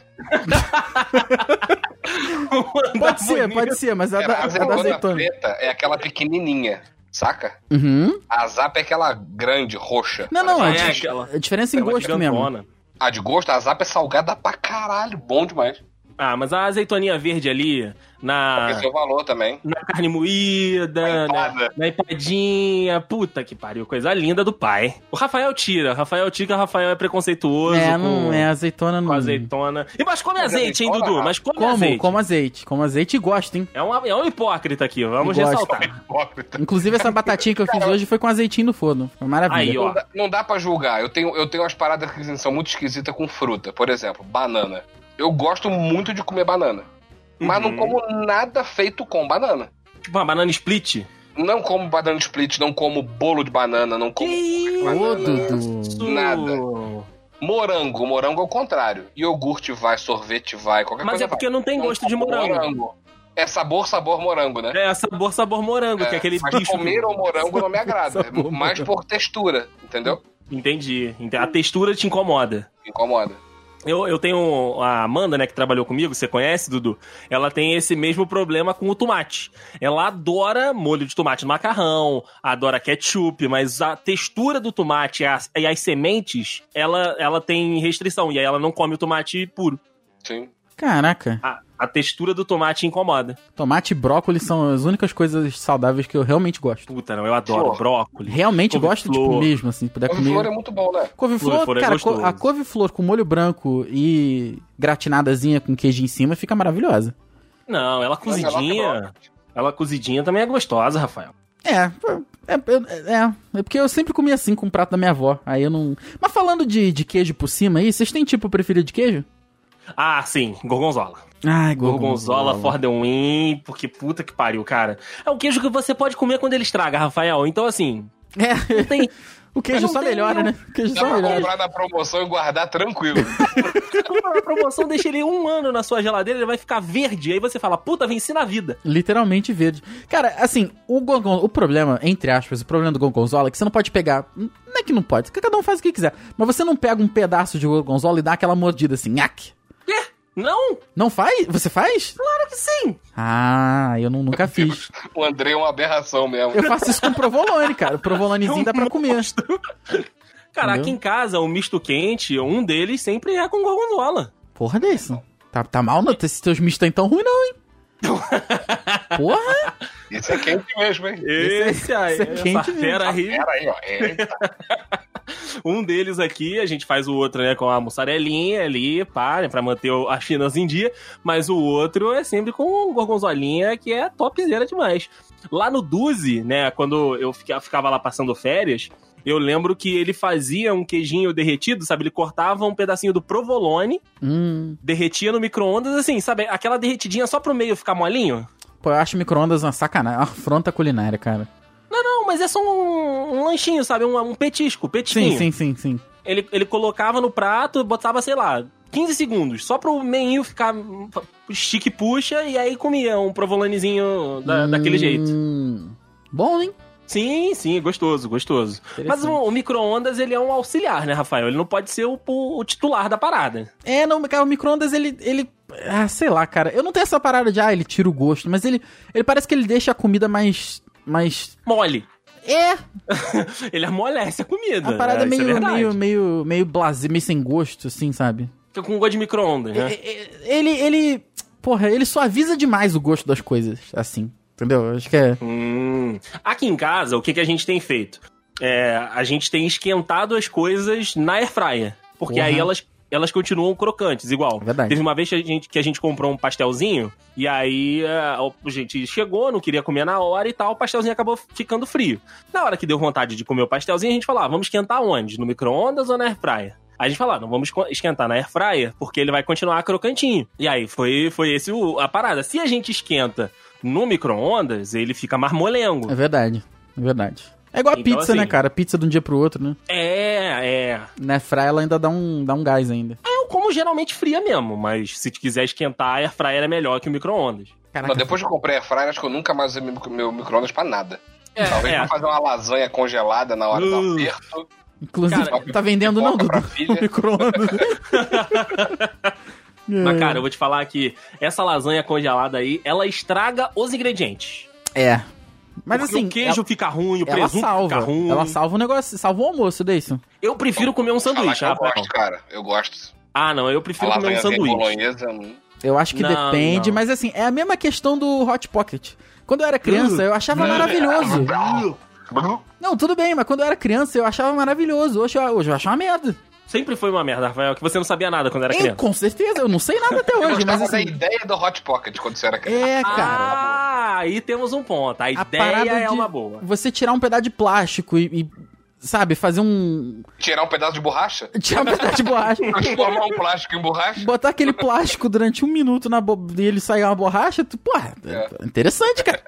Speaker 2: Pode ser, pode ser, mas a da,
Speaker 4: Era
Speaker 2: a Tá
Speaker 4: a
Speaker 2: da
Speaker 4: É, azeitona
Speaker 2: azeitona.
Speaker 4: preta é aquela pequenininha, saca?
Speaker 2: Uhum.
Speaker 4: A zapa é aquela grande, roxa.
Speaker 2: Não, não,
Speaker 4: Olha
Speaker 2: a,
Speaker 4: só.
Speaker 3: é
Speaker 2: di-
Speaker 3: aquela.
Speaker 2: a diferença em gosto mesmo.
Speaker 4: A de gosto, a zapa é salgada pra caralho. Bom demais.
Speaker 3: Ah, mas a azeitoninha verde ali, na,
Speaker 4: Tem seu é valor também.
Speaker 3: na carne moída,
Speaker 4: Na
Speaker 3: na,
Speaker 4: empada.
Speaker 3: na empadinha, puta que pariu, coisa linda do pai. O Rafael tira, Rafael tira, o Rafael é preconceituoso
Speaker 2: É,
Speaker 3: com,
Speaker 2: não é azeitona,
Speaker 3: com
Speaker 2: não.
Speaker 3: azeitona. E mas come
Speaker 4: Mas é
Speaker 3: azeite, hein,
Speaker 4: azeitona,
Speaker 3: Dudu?
Speaker 4: Rafa?
Speaker 3: Mas come
Speaker 2: Como?
Speaker 3: azeite.
Speaker 2: Como azeite. Como azeite e gosto, hein?
Speaker 3: É, uma, é um hipócrita aqui, vamos
Speaker 2: Gosto.
Speaker 3: ressaltar.
Speaker 4: Hipócrita.
Speaker 2: Inclusive, essa batatinha que eu fiz hoje foi com azeitinho no forno. Foi maravilha.
Speaker 3: Aí,
Speaker 4: Não
Speaker 3: ó.
Speaker 4: dá, não dá pra julgar. Eu tenho, eu tenho umas paradas que são muito esquisitas com fruta. Por exemplo, banana. Eu gosto muito de comer banana. Mas não como nada feito com banana.
Speaker 3: Tipo uma banana split.
Speaker 4: Não como banana split, não como bolo de banana, não como
Speaker 2: Ô,
Speaker 4: banana.
Speaker 2: Dudu.
Speaker 4: Nada. Morango, morango é o contrário. Iogurte vai, sorvete vai, qualquer
Speaker 3: Mas
Speaker 4: coisa
Speaker 3: é porque
Speaker 4: vai.
Speaker 3: não tem gosto de
Speaker 4: sabor
Speaker 3: morango.
Speaker 4: É sabor, sabor morango, né?
Speaker 3: É sabor, sabor morango, que é aquele
Speaker 4: mas
Speaker 3: bicho.
Speaker 4: comer o morango não me agrada. É
Speaker 2: Sabor
Speaker 4: mais por textura, entendeu?
Speaker 3: Entendi. Entendi. A textura te incomoda.
Speaker 4: Me incomoda.
Speaker 3: Eu, eu tenho a Amanda, né, que trabalhou comigo, você conhece, Dudu? Ela tem esse mesmo problema com o tomate. Ela adora molho de tomate no macarrão, adora ketchup, mas a textura do tomate e as, e as sementes, ela, ela tem restrição, e aí ela não come o tomate puro.
Speaker 4: Sim.
Speaker 2: Caraca.
Speaker 3: A, a textura do tomate incomoda.
Speaker 2: Tomate e brócolis são as únicas coisas saudáveis que eu realmente gosto.
Speaker 3: Puta, não, eu adoro
Speaker 4: Flor.
Speaker 3: brócolis.
Speaker 2: Realmente
Speaker 3: Couve-flor.
Speaker 2: gosto, tipo, mesmo, assim, se puder
Speaker 4: Couve-flor é
Speaker 2: comer.
Speaker 4: muito bom, né?
Speaker 2: Couve-flor,
Speaker 3: Couve-flor é
Speaker 2: cara,
Speaker 3: gostoso.
Speaker 2: co- a couve-flor com molho branco e gratinadazinha com queijo em cima fica maravilhosa.
Speaker 3: Não, ela
Speaker 4: Mas ela é
Speaker 3: cozidinha. Ela cozidinha também é gostosa, Rafael.
Speaker 2: É, é, é, é, é porque eu sempre comi assim com o prato da minha avó. Aí eu não. Mas falando de, de queijo por cima aí, vocês têm tipo preferido de queijo?
Speaker 3: Ah, sim, gorgonzola.
Speaker 2: Ai,
Speaker 3: Gorgonzola, for the É win, porque puta que pariu, cara. É um queijo que você pode comer quando ele estraga, Rafael. Então, assim,
Speaker 2: É.
Speaker 6: Não tem.
Speaker 2: O queijo
Speaker 6: Não
Speaker 2: só
Speaker 6: tem
Speaker 2: melhora, né?
Speaker 6: nenhum.
Speaker 2: O queijo
Speaker 4: Dá
Speaker 2: só
Speaker 3: é
Speaker 4: pra
Speaker 2: melhora.
Speaker 4: comprar na promoção e guardar tranquilo.
Speaker 3: Compra a promoção, deixa ele um ano na sua geladeira, ele vai ficar verde. Aí você fala, puta, venci na vida.
Speaker 2: Literalmente verde. Cara, assim, o Gongon, o problema, entre aspas, o problema do Gorgonzola é que você não pode pegar. Não é que não pode, cada um faz o que quiser. Mas você não pega um pedaço de Gorgonzola e dá aquela mordida assim, nhaque.
Speaker 3: Não,
Speaker 2: Não faz? Você faz?
Speaker 3: claro que sim.
Speaker 2: Ah, eu não- nunca fiz.
Speaker 4: o André é uma aberração mesmo.
Speaker 2: Eu faço isso com provolone, cara. O provolonezinho dá pra comer.
Speaker 3: Cara,
Speaker 2: Entendeu?
Speaker 3: aqui em casa, o misto quente, um deles sempre é com gorgonzola.
Speaker 2: Porra desse. Tá, tá mal, não? Esses teus mistos tão tão ruim, não, hein? Porra!
Speaker 4: Esse é quente mesmo, hein?
Speaker 2: Esse
Speaker 3: Esse aí,
Speaker 2: esse é
Speaker 3: essa
Speaker 2: quente
Speaker 3: fera aí.
Speaker 4: Pera aí, ó. É,
Speaker 3: Um deles aqui, a gente faz o outro, né, com a mussarelinha ali, pá, né, pra manter o- as finanças em dia. Mas o outro é sempre com gorgonzolinha, que é topzera demais. Lá no Duzi, né, quando eu fica- ficava lá passando férias, eu lembro que ele fazia um queijinho derretido, sabe? Ele cortava um pedacinho do provolone,
Speaker 2: Hum.
Speaker 3: derretia no micro-ondas, assim, sabe? Aquela derretidinha só pro meio ficar molinho.
Speaker 2: Pô, eu acho micro-ondas uma sacanagem, uma afronta culinária, cara.
Speaker 3: Não, mas é só um, um lanchinho, sabe? Um, um petisco, petisquinho.
Speaker 2: Sim, sim, sim, sim.
Speaker 3: Ele, ele colocava no prato, botava, sei lá, 15 segundos, só pro meinho ficar chique puxa, e aí comia um provolonezinho da- daquele jeito.
Speaker 2: Hum. Bom, hein?
Speaker 3: Sim, sim, gostoso, gostoso. Mas o, o micro-ondas, ele é um auxiliar, né, Rafael? Ele não pode ser o, o- o titular da parada.
Speaker 2: É, não, cara, o micro-ondas, ele, ele... Ah, sei lá, cara. Eu não tenho essa parada de, ah, ele tira o gosto, mas ele... Ele parece que ele deixa a comida mais... Mais...
Speaker 3: Mole.
Speaker 2: É,
Speaker 3: Ele amolece a comida.
Speaker 2: a parada
Speaker 3: né? Isso é
Speaker 2: meio,
Speaker 3: verdade.
Speaker 2: meio, meio, meio blasé, meio sem gosto, assim, sabe?
Speaker 3: Fica com gosto de micro-ondas, né?
Speaker 2: E- e- Ele, ele... Porra, ele suaviza demais o gosto das coisas, assim. Entendeu? Acho que é...
Speaker 3: Hum. Aqui em casa, o que, que a gente tem feito? É, a gente tem esquentado as coisas na airfryer. Porque
Speaker 2: Porra.
Speaker 3: aí elas, elas continuam crocantes, igual.
Speaker 2: Verdade.
Speaker 3: Teve uma vez que a gente, que a gente comprou um pastelzinho, e aí é, o- a gente chegou, não queria comer na hora e tal, o pastelzinho acabou ficando frio. Na hora que deu vontade de comer o pastelzinho, a gente falou, ah, vamos esquentar onde? No micro-ondas ou na airfryer? Aí a gente falou, ah, não vamos esco- esquentar na airfryer, porque ele vai continuar crocantinho. E aí foi, foi esse o- a parada. Se a gente esquenta no micro-ondas, ele fica marmolengo.
Speaker 2: É verdade, é verdade. É igual a
Speaker 3: Então,
Speaker 2: pizza,
Speaker 3: assim-
Speaker 2: né, cara? Pizza de um dia pro outro, né?
Speaker 3: É, é.
Speaker 2: Na fry ela ainda dá um, dá um gás ainda.
Speaker 3: Eu como geralmente fria mesmo, mas se quiser esquentar, a airfryer é melhor que o micro-ondas.
Speaker 2: Caraca,
Speaker 4: não, depois que eu comprei a fryer, acho que eu nunca mais usei meu, meu micro-ondas pra nada. Talvez
Speaker 3: é.
Speaker 4: pra fazer uma lasanha congelada na hora
Speaker 3: Uh.
Speaker 4: do aperto.
Speaker 2: inclusive,
Speaker 3: cara,
Speaker 2: tá vendendo não,
Speaker 4: pipoca
Speaker 2: Dudu?
Speaker 4: pra filha.
Speaker 2: Micro-ondas. É.
Speaker 3: Mas, cara, eu vou te falar que essa lasanha congelada aí, ela estraga os ingredientes.
Speaker 2: É. Mas
Speaker 3: Porque
Speaker 2: assim,
Speaker 3: o queijo fica ruim, o
Speaker 2: ela, ela
Speaker 3: presunto
Speaker 2: salva.
Speaker 3: fica ruim.
Speaker 2: Ela salva o negócio, salva o almoço, Deison.
Speaker 3: Eu prefiro comer um
Speaker 4: Falar
Speaker 3: sanduíche,
Speaker 4: que eu
Speaker 3: Rafael.
Speaker 4: gosto, cara. Eu gosto.
Speaker 3: Ah, não, eu
Speaker 4: A
Speaker 3: prefiro comer um
Speaker 4: lasanha vem
Speaker 3: sanduíche.
Speaker 4: bolonhesa. hum.
Speaker 2: Eu acho que
Speaker 3: Não,
Speaker 2: depende,
Speaker 3: não.
Speaker 2: mas assim, é a mesma questão do Hot Pocket. Quando eu era criança, eu achava
Speaker 3: Não.
Speaker 2: maravilhoso.
Speaker 4: Brum.
Speaker 2: Não, tudo bem, mas quando eu era criança, eu achava maravilhoso. Hoje eu, hoje eu acho uma merda.
Speaker 3: Sempre foi uma merda, Rafael, que você não sabia nada quando era
Speaker 2: Eu,
Speaker 3: criança.
Speaker 2: com certeza, eu não sei nada até
Speaker 4: Eu
Speaker 2: hoje, mas
Speaker 4: gostava da
Speaker 2: assim.
Speaker 4: ideia do Hot Pocket quando você era criança.
Speaker 2: É, cara.
Speaker 3: ah, aí temos um ponto. A,
Speaker 2: A
Speaker 3: ideia
Speaker 2: parada
Speaker 3: é
Speaker 2: de
Speaker 3: uma boa.
Speaker 2: Você tirar um pedaço de plástico e, e, sabe, fazer um.
Speaker 4: Tirar um pedaço de borracha,
Speaker 2: Tirar um pedaço de borracha.
Speaker 4: transformar um plástico em borracha.
Speaker 2: Botar aquele plástico durante um minuto na bo... e ele sair uma borracha, tu, porra, é. interessante, cara.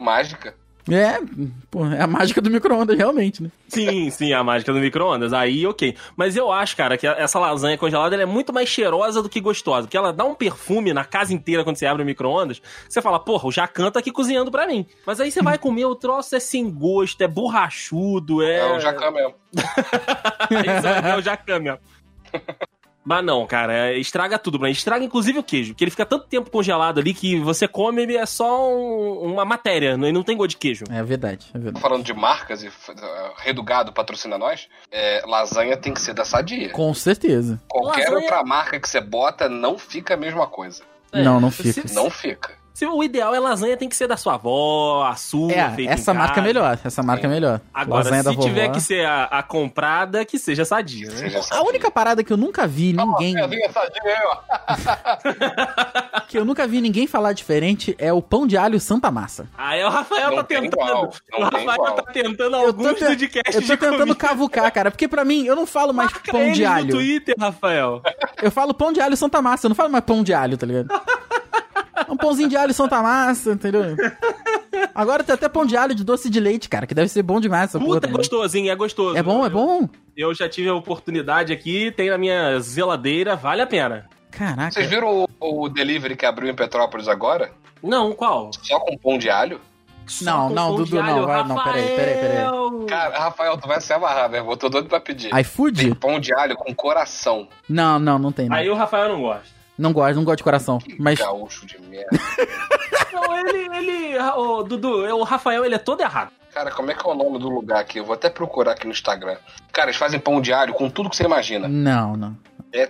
Speaker 4: Mágica.
Speaker 2: É, porra, é a mágica do micro-ondas, realmente, né?
Speaker 3: Sim, sim, a mágica do micro-ondas. Aí, ok. Mas eu acho, cara, que essa lasanha congelada ela é muito mais cheirosa do que gostosa. Porque ela dá um perfume na casa inteira quando você abre o micro-ondas. Você fala, porra, o Jacan tá aqui cozinhando pra mim. Mas aí você vai comer, o troço é sem gosto, é borrachudo, é.
Speaker 4: É, o Jacan mesmo.
Speaker 3: Aí você vai ver o Jacan mesmo. Mas não, cara, é- estraga tudo, né? Estraga inclusive o queijo, porque ele fica tanto tempo congelado ali que você come ele é só um- uma matéria, não- e não tem gosto de queijo.
Speaker 2: É verdade, é verdade.
Speaker 4: Falando de marcas e eh, Redugado patrocina nós, é, lasanha tem que ser da Sadia.
Speaker 2: Com certeza.
Speaker 4: Qualquer
Speaker 3: Lasanha-
Speaker 4: outra marca que você bota não fica a mesma coisa.
Speaker 3: É,
Speaker 2: não, não
Speaker 3: se-
Speaker 2: fica.
Speaker 4: Não fica.
Speaker 3: Se o ideal é lasanha, tem que ser da sua avó, a sua,
Speaker 2: É,
Speaker 3: feita em
Speaker 2: essa marca é
Speaker 3: casa.
Speaker 2: melhor, essa marca é melhor.
Speaker 3: Agora,
Speaker 2: Lasanha da
Speaker 3: se
Speaker 2: vovó.
Speaker 3: tiver que ser a, a comprada, que seja sadia, né?
Speaker 4: Seja
Speaker 2: A
Speaker 4: Sadia.
Speaker 2: única parada que eu nunca vi ninguém,
Speaker 4: Ó, lasanha Sadia aí, ó.
Speaker 2: que eu nunca vi ninguém falar diferente é o pão de alho Santa Massa.
Speaker 3: Aí o Rafael
Speaker 4: Não
Speaker 3: tá
Speaker 4: tem
Speaker 3: tentando.
Speaker 4: igual,
Speaker 3: o
Speaker 4: não tem
Speaker 3: Rafael
Speaker 4: igual.
Speaker 3: tá tentando
Speaker 2: Eu tô
Speaker 3: alguns
Speaker 2: te- Eu
Speaker 3: podcasts
Speaker 2: tô
Speaker 3: É de
Speaker 2: tentando
Speaker 3: comida.
Speaker 2: cavucar, cara, porque pra mim eu não falo mais
Speaker 3: Marca
Speaker 2: pão
Speaker 3: eles
Speaker 2: de
Speaker 3: no
Speaker 2: alho.
Speaker 3: Twitter, Rafael.
Speaker 2: Eu falo pão de alho Santa Massa, eu não falo mais pão de alho, tá ligado? Um pãozinho de alho Santa Massa, entendeu? Agora tem até pão de alho de doce de leite, cara, que deve ser bom demais essa porra.
Speaker 3: Puta, é
Speaker 2: também.
Speaker 3: gostoso, hein? É gostoso.
Speaker 2: É bom, é bom?
Speaker 3: Eu já tive a oportunidade aqui, tem na minha geladeira, vale a pena.
Speaker 2: Caraca.
Speaker 4: Vocês viram o, o delivery que abriu em Petrópolis agora?
Speaker 3: Não, qual?
Speaker 4: Só com pão de alho?
Speaker 2: Não,
Speaker 3: com
Speaker 2: não,
Speaker 3: pão de
Speaker 2: Dudu, não,
Speaker 3: alho,
Speaker 2: vai, não, peraí, peraí, peraí.
Speaker 3: Rafael.
Speaker 4: Cara, Rafael, tu vai se amarrar, meu irmão. Tô doido pra pedir. Tem
Speaker 2: iFood?
Speaker 4: pão de alho com coração.
Speaker 2: Não, não, não tem. Não.
Speaker 3: Aí o Rafael não gosta.
Speaker 2: não gosto, não gosto de coração. Mas
Speaker 4: Gaúcho de merda.
Speaker 3: Não, ele, ele, o Dudu, o Rafael, ele é todo errado.
Speaker 4: Cara, como é que é o nome do lugar aqui? Eu vou até procurar aqui no Instagram. Cara, eles fazem pão de alho com tudo que você
Speaker 3: né?
Speaker 4: imagina.
Speaker 2: não, não.
Speaker 4: Eu,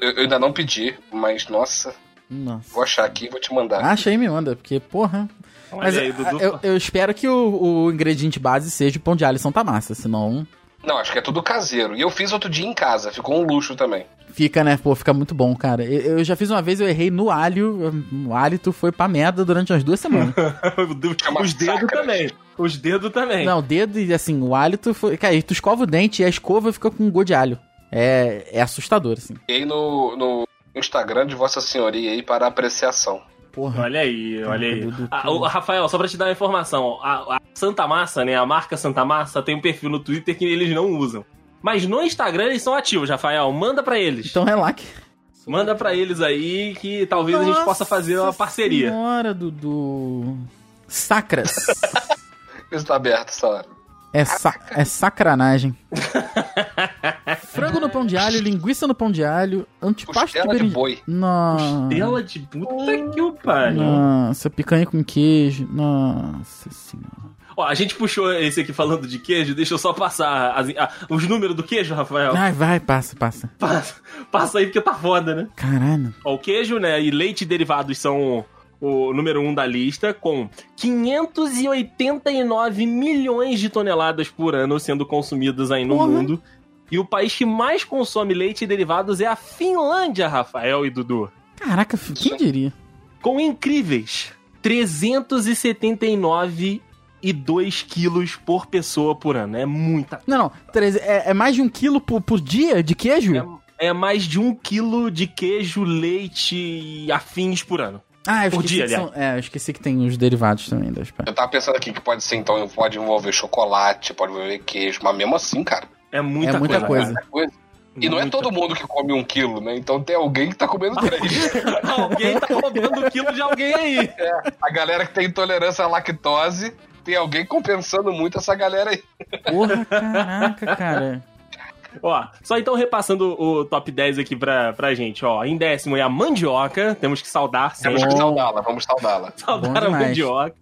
Speaker 4: eu- eu ainda não pedi, mas nossa,
Speaker 2: Nossa.
Speaker 4: vou achar aqui e vou te mandar.
Speaker 2: Acha aí, me manda, porque porra.
Speaker 3: Olha
Speaker 2: Mas
Speaker 3: aí,
Speaker 2: a-
Speaker 3: Dudu.
Speaker 2: eu, eu espero que o, o ingrediente base seja o pão de alho e Santa Massa, senão
Speaker 4: Não, acho que é tudo caseiro. E eu fiz outro dia em casa, ficou um luxo também.
Speaker 2: fica, né? Pô, fica muito bom, cara. Eu, eu já fiz uma vez, eu errei no alho, o hálito foi pra merda durante umas duas semanas.
Speaker 3: O Dudu-
Speaker 4: É uma
Speaker 3: Os dedos
Speaker 4: sacra.
Speaker 3: também. Os dedos também.
Speaker 2: não, o dedo e assim, o hálito foi. Cara, e tu escova o dente e a escova fica com um go de alho. É, é assustador, assim.
Speaker 4: E aí no, no Instagram de Vossa Senhoria aí para apreciação.
Speaker 2: Porra.
Speaker 3: Olha aí, olha aí.
Speaker 2: Dudu,
Speaker 3: Ah,
Speaker 2: tudo.
Speaker 3: o- Rafael, só pra te dar uma informação, a, a Santa Massa, né, a marca Santa Massa, tem um perfil no Twitter que eles não usam. Mas no Instagram eles são ativos, Rafael. Manda pra eles.
Speaker 2: Então relax.
Speaker 3: Manda pra eles aí que talvez a gente possa fazer uma
Speaker 2: Nossa
Speaker 3: parceria.
Speaker 2: Senhora, Dudu. Sacras.
Speaker 4: Isso tá aberto essa hora.
Speaker 2: É, sa é sacranagem. Frango no pão de alho, linguiça no pão de alho, antipasto de
Speaker 4: Costela de
Speaker 2: berinjela.
Speaker 4: boi.
Speaker 2: Nossa.
Speaker 3: Dela de puta que o pariu.
Speaker 2: Nossa, picanha com queijo. Nossa senhora.
Speaker 3: Ó, a gente puxou esse aqui falando de queijo, deixa eu só passar as- ah, os números do queijo, Rafael.
Speaker 2: Ai, vai, passa, passa.
Speaker 3: Passa, passa aí porque tá foda, né?
Speaker 2: Caralho.
Speaker 3: Ó, o queijo, né, e leite e derivados são o número um da lista, com 589 milhões de toneladas por ano sendo consumidas aí no
Speaker 2: Porra.
Speaker 3: mundo. E o país que mais consome leite e derivados é a Finlândia, Rafael e Dudu.
Speaker 2: Caraca, fi- quem diria?
Speaker 3: Com incríveis 379 e 2 quilos por pessoa por ano. É muita.
Speaker 2: Não, não. treze- é, é mais de um quilo por, por dia de queijo?
Speaker 3: É, é mais de um quilo de queijo, leite e afins por ano.
Speaker 2: ah, eu
Speaker 3: por
Speaker 2: esqueci,
Speaker 3: dia,
Speaker 2: que são, é, eu esqueci que tem os derivados também das paradas.
Speaker 4: Eu tava pensando aqui que pode ser, então, pode envolver chocolate, pode envolver queijo, mas mesmo assim, cara.
Speaker 3: É muita,
Speaker 2: É muita
Speaker 3: coisa.
Speaker 2: coisa.
Speaker 4: muita coisa. E não é
Speaker 3: Muita
Speaker 4: todo mundo que come um quilo, né? Então tem alguém que tá comendo três.
Speaker 3: Alguém tá roubando o quilo de alguém aí.
Speaker 4: A galera que tem intolerância à lactose, tem alguém compensando muito essa galera aí.
Speaker 2: Porra, caraca, cara.
Speaker 3: Ó, só então repassando o top 10 aqui pra, pra gente, ó. Em décimo é a mandioca, temos que saudar sempre.
Speaker 4: Temos que
Speaker 2: Bom.
Speaker 4: saudá-la, vamos saudá-la.
Speaker 2: É Bom
Speaker 3: Saudar a
Speaker 2: demais.
Speaker 3: mandioca.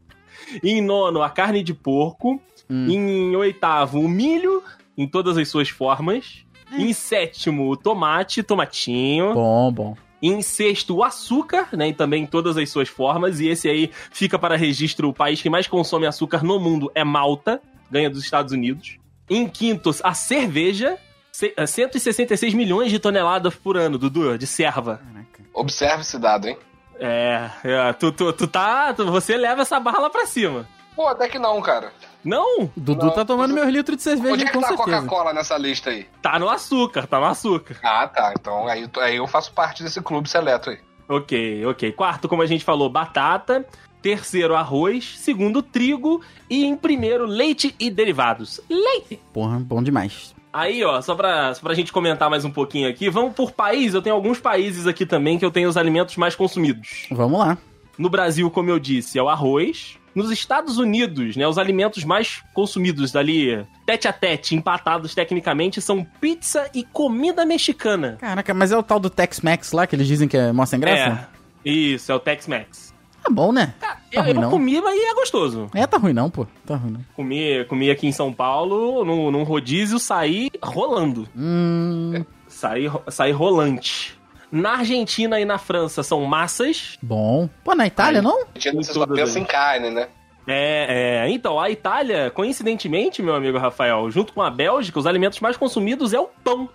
Speaker 3: Em nono, a carne de porco.
Speaker 2: Hum.
Speaker 3: Em oitavo, o milho, em todas as suas formas.
Speaker 2: É.
Speaker 3: Em sétimo, o tomate, tomatinho.
Speaker 2: Bom, bom.
Speaker 3: Em sexto, o açúcar, né? E também em todas as suas formas. E esse aí fica para registro o país que mais consome açúcar no mundo é Malta, ganha dos Estados Unidos. Em quinto, a cerveja, se- eh, 166 milhões de toneladas por ano, Dudu, de serva.
Speaker 2: Caraca.
Speaker 4: Observe esse dado, hein?
Speaker 3: É, é, tu, tu, tu tá. tu- você leva essa barra lá pra cima.
Speaker 4: Pô, até que não, cara.
Speaker 3: Não,
Speaker 2: Dudu
Speaker 4: Não,
Speaker 2: tá tomando
Speaker 4: Dudu-
Speaker 2: meus litros de cerveja,
Speaker 4: Onde é que
Speaker 2: com
Speaker 4: tá a
Speaker 2: certeza.
Speaker 4: Coca-Cola nessa lista aí?
Speaker 3: tá no açúcar, tá no açúcar.
Speaker 4: Ah, tá. Então aí, aí eu faço parte desse clube seleto aí.
Speaker 3: Ok, ok. Quarto, como a gente falou, batata. Terceiro, arroz. Segundo, trigo. E em primeiro, leite e derivados. Leite!
Speaker 2: Porra, bom demais.
Speaker 3: Aí, ó, só pra, só pra gente comentar mais um pouquinho aqui, vamos por país. Eu tenho alguns países aqui também que eu tenho os alimentos mais consumidos.
Speaker 2: Vamos lá.
Speaker 3: No Brasil, como eu disse, é o arroz. Nos Estados Unidos, né, os alimentos mais consumidos dali, tete a tete, empatados tecnicamente, são pizza e comida mexicana.
Speaker 2: Caraca, mas é o tal do Tex-Mex lá que eles dizem que é mó sem graça?
Speaker 3: É, isso, é o Tex-Mex.
Speaker 2: Tá bom, né?
Speaker 3: Eu,
Speaker 2: ruim,
Speaker 3: eu
Speaker 2: não.
Speaker 3: comi, mas é gostoso.
Speaker 2: É, tá ruim não, pô. Tá ruim não.
Speaker 3: Comi, comi aqui em São Paulo, num, num rodízio, saí rolando.
Speaker 2: Hum,
Speaker 3: Saí, ro- saí rolante. Na Argentina e na França são massas.
Speaker 2: bom. Pô, na Itália
Speaker 3: Aí.
Speaker 2: não?
Speaker 4: A gente
Speaker 3: Em
Speaker 4: você só
Speaker 3: todas
Speaker 4: pensa
Speaker 3: aí.
Speaker 4: em carne, né?
Speaker 3: É, é, então, a Itália, coincidentemente, meu amigo Rafael, junto com a Bélgica, os alimentos mais consumidos é o pão.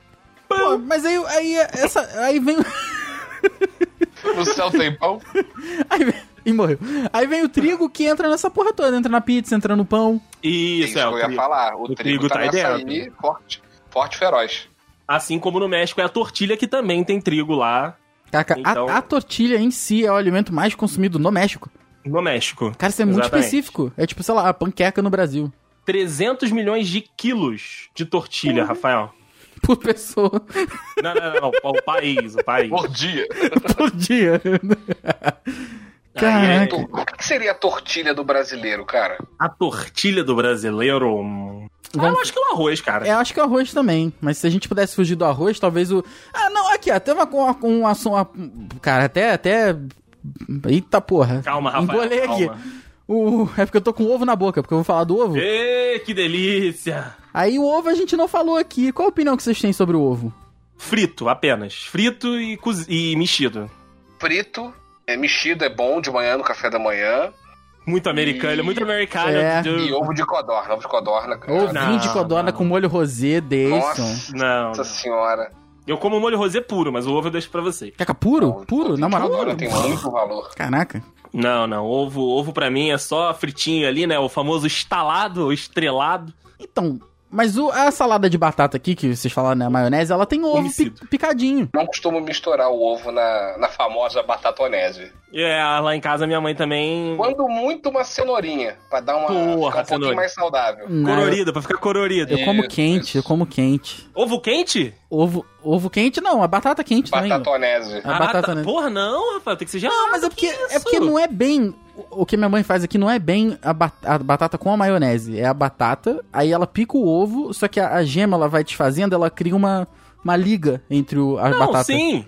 Speaker 2: Pô, mas aí, aí essa, aí vem,
Speaker 4: No céu tem pão.
Speaker 2: aí vem, e morreu. Aí vem o trigo que entra nessa porra toda, entra na pizza, entra no pão.
Speaker 3: Isso, é,
Speaker 4: que
Speaker 3: o
Speaker 4: eu ia
Speaker 3: trigo.
Speaker 4: falar. O,
Speaker 3: o trigo
Speaker 4: trigo, tá,
Speaker 3: tá aí
Speaker 4: nessa
Speaker 3: dentro.
Speaker 4: aí, forte. Forte e feroz.
Speaker 3: Assim como no México é a tortilha que também tem trigo lá.
Speaker 2: Caraca, a-
Speaker 3: Então-
Speaker 2: a, tortilha em si é o alimento mais consumido no México.
Speaker 3: No México.
Speaker 2: Cara, isso é muito
Speaker 3: Exatamente.
Speaker 2: específico. É tipo, sei lá, a panqueca no Brasil.
Speaker 3: 300 milhões de quilos de tortilha, Rafael.
Speaker 2: Por pessoa.
Speaker 3: Não, não, não, não. O país, o país.
Speaker 4: Por dia.
Speaker 2: por dia.
Speaker 3: Aí é-
Speaker 2: Caraca.
Speaker 4: Então, O que seria a tortilha do brasileiro, cara?
Speaker 3: A tortilha do brasileiro. hum. Ah,
Speaker 2: Vamos-
Speaker 3: eu acho que é o arroz, cara.
Speaker 2: Eu acho que o arroz também. Mas se a gente pudesse fugir do arroz, talvez o. Ah, não, aqui, até uma. uma, uma, uma cara, até. até... Eita porra.
Speaker 3: Calma, Rafael,
Speaker 2: Embolei aqui.
Speaker 3: calma.
Speaker 2: O... É porque eu tô com ovo na boca, porque eu vou falar do ovo.
Speaker 3: Ê, que delícia!
Speaker 2: Aí o ovo a gente não falou aqui. Qual a opinião que vocês têm sobre o ovo?
Speaker 3: Frito, apenas. Frito e, cozi- e mexido.
Speaker 4: Frito, é mexido, é bom de manhã, no café da manhã.
Speaker 3: Muito americano, ele é muito americano.
Speaker 2: É.
Speaker 4: E
Speaker 3: Eu-
Speaker 4: ovo de codorna, ovo de codorna. cara.
Speaker 2: Ovinho
Speaker 3: não,
Speaker 2: de codorna
Speaker 3: não.
Speaker 2: com molho rosé, Deison.
Speaker 4: Nossa,
Speaker 3: Não,
Speaker 4: nossa
Speaker 3: não.
Speaker 4: senhora.
Speaker 3: Eu como molho rosé puro, mas o ovo eu deixo pra você.
Speaker 2: Caca é puro?
Speaker 4: Ovo de
Speaker 2: puro? Na moral.
Speaker 4: Codorna tem um- muito valor.
Speaker 2: Caraca.
Speaker 3: Não, não. Ovo, ovo pra mim é só fritinho ali, né? O famoso estalado, o estrelado.
Speaker 2: Então, mas o- a salada de batata aqui, que vocês falaram, né? A maionese, ela tem ovo pi-
Speaker 3: Homicídio.
Speaker 2: picadinho.
Speaker 4: Não costumo misturar o ovo na, na famosa batatonese.
Speaker 3: É, lá em casa minha mãe
Speaker 2: Uhum.
Speaker 3: também.
Speaker 4: Quando muito, uma cenourinha, pra dar uma,
Speaker 3: Porra,
Speaker 4: ficar um pouquinho
Speaker 3: cenoura.
Speaker 4: mais saudável.
Speaker 2: Não, É.
Speaker 3: Colorido, pra ficar colorido.
Speaker 2: Eu, eu como
Speaker 4: Isso,
Speaker 2: quente,
Speaker 4: isso.
Speaker 2: eu como quente.
Speaker 3: Ovo quente?
Speaker 2: Ovo, ovo quente não, é a batata quente também.
Speaker 4: Batatonese.
Speaker 2: A batata, né?
Speaker 3: Porra, não, Rafael, tem Ah, que ser gelado.
Speaker 2: Não, mas é porque,
Speaker 3: isso?
Speaker 2: é porque não é bem. O o que minha mãe faz aqui não é bem a, ba- a batata com a maionese. É a batata, aí ela pica o ovo, só que a, a gema ela vai desfazendo, ela cria uma, uma liga entre o, a
Speaker 3: Não,
Speaker 2: batata.
Speaker 3: sim.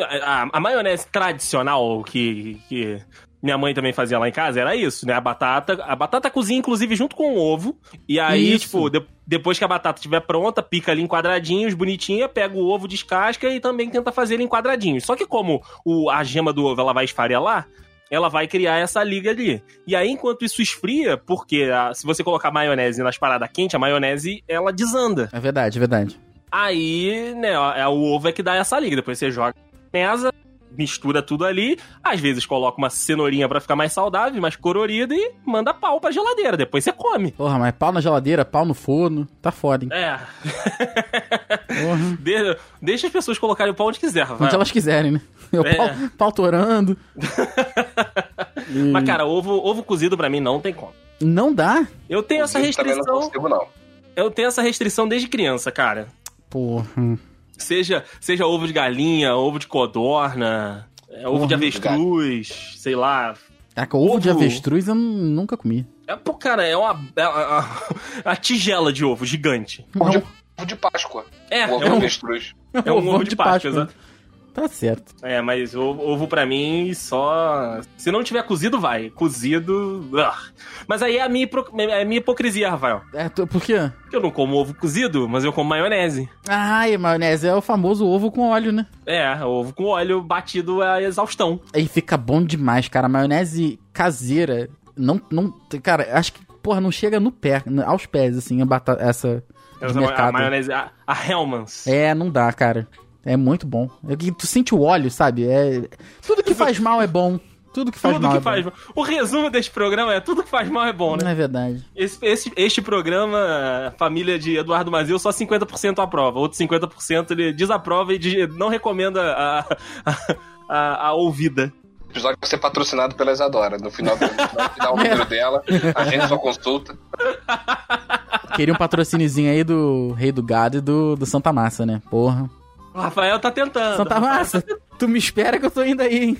Speaker 3: A, a- a maionese tradicional que, que minha mãe também fazia lá em casa era isso, né? A batata, a batata cozinha inclusive junto com o ovo. E aí,
Speaker 2: Isso.
Speaker 3: tipo, de- depois que a batata estiver pronta, pica ali em quadradinhos, bonitinha, pega o ovo, descasca e também tenta fazer ele em quadradinhos. Só que como o, a gema do ovo ela vai esfarelar, ela vai criar essa liga ali. E aí, enquanto isso esfria, porque a- se você colocar maionese nas paradas quentes, a maionese ela desanda.
Speaker 2: É verdade, é verdade.
Speaker 3: Aí, né, ó, é o ovo é que dá essa liga. Depois você joga na mesa, mistura tudo ali. Às vezes coloca uma cenourinha pra ficar mais saudável, mais colorida e manda pau pra geladeira. Depois você come.
Speaker 2: Porra, mas pau na geladeira, pau no forno, tá foda, hein?
Speaker 3: É.
Speaker 2: Porra.
Speaker 3: De- deixa as pessoas colocarem o pau onde quiser, vai.
Speaker 2: Onde elas quiserem, né? Eu
Speaker 3: Ah. É.
Speaker 2: pau, pau torando.
Speaker 3: Mas, cara, ovo, ovo cozido pra mim não tem como.
Speaker 2: Não dá?
Speaker 3: Eu tenho essa
Speaker 4: Cozido também Não
Speaker 3: restrição.
Speaker 4: consigo, não.
Speaker 3: Eu tenho essa restrição desde criança, cara.
Speaker 2: Porra.
Speaker 3: Seja, seja ovo de galinha, ovo de codorna, é, ovo
Speaker 2: Porra,
Speaker 3: de avestruz, sei lá,
Speaker 2: Caraca, ovo, de
Speaker 3: Ovo.
Speaker 2: avestruz eu n- nunca comi.
Speaker 3: É, pô, cara, é uma. É, a, a- a tigela de ovo gigante.
Speaker 4: Ovo de,
Speaker 2: Não,
Speaker 4: ovo de Páscoa.
Speaker 3: É, é
Speaker 4: O ovo de
Speaker 3: um,
Speaker 4: avestruz.
Speaker 3: é um ovo de Páscoa. exato.
Speaker 2: Tá certo.
Speaker 3: É, mas o- ovo, pra mim só. Se não tiver cozido, vai. Cozido. ah. Mas aí é a minha, hipro- é a minha hipocrisia, Rafael.
Speaker 2: É, tu- por quê?
Speaker 3: Porque Eu não como ovo cozido, mas eu como maionese.
Speaker 2: Ai, maionese é o famoso ovo com óleo, né?
Speaker 3: É, ovo com óleo batido é a exaustão.
Speaker 2: Aí fica bom demais, cara. maionese caseira. Não, não. Cara, acho que, porra, não chega no pé, aos pés, assim, a batata, essa. De
Speaker 3: Essa ma- a
Speaker 2: É mercado.
Speaker 3: maionese. A, a Hellmann's.
Speaker 2: É, não dá, cara. É muito bom. É que tu sente o óleo, sabe? É... Tudo que faz mal é bom. Tudo que faz
Speaker 3: Tudo
Speaker 2: mal
Speaker 3: que
Speaker 2: é
Speaker 3: faz
Speaker 2: bom.
Speaker 3: mal. O resumo deste programa é tudo que faz mal é bom, né?
Speaker 2: Não é verdade.
Speaker 3: Esse, esse- este programa, família de Eduardo Mazil, só 50% aprova. Outro 50% ele desaprova e de- não recomenda a, a, a- a ouvida.
Speaker 4: O episódio vai ser patrocinado pela Isadora. No final, do- no final o
Speaker 2: É.
Speaker 4: número dela, a gente só consulta.
Speaker 2: Queria um patrocíniozinho aí do Rei do Gado e do, do Santa Massa, né? Porra.
Speaker 3: O Rafael tá tentando.
Speaker 2: Santa Massa, tu me espera que eu tô indo aí, hein?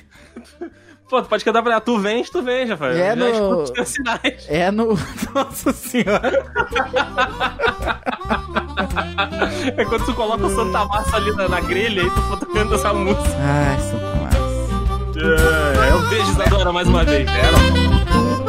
Speaker 3: Pô, tu pode cantar pra ela, tu vens, tu vens, Rafael.
Speaker 2: É,
Speaker 3: Já
Speaker 2: no-
Speaker 3: escuta os teus sinais.
Speaker 2: É no. Nossa senhora.
Speaker 3: É quando tu coloca o Santa Massa ali na, na grelha e tu fica tocando essa música.
Speaker 2: Ai, Santa Massa.
Speaker 3: É, eu vejo Isadora mais uma vez.
Speaker 4: Ela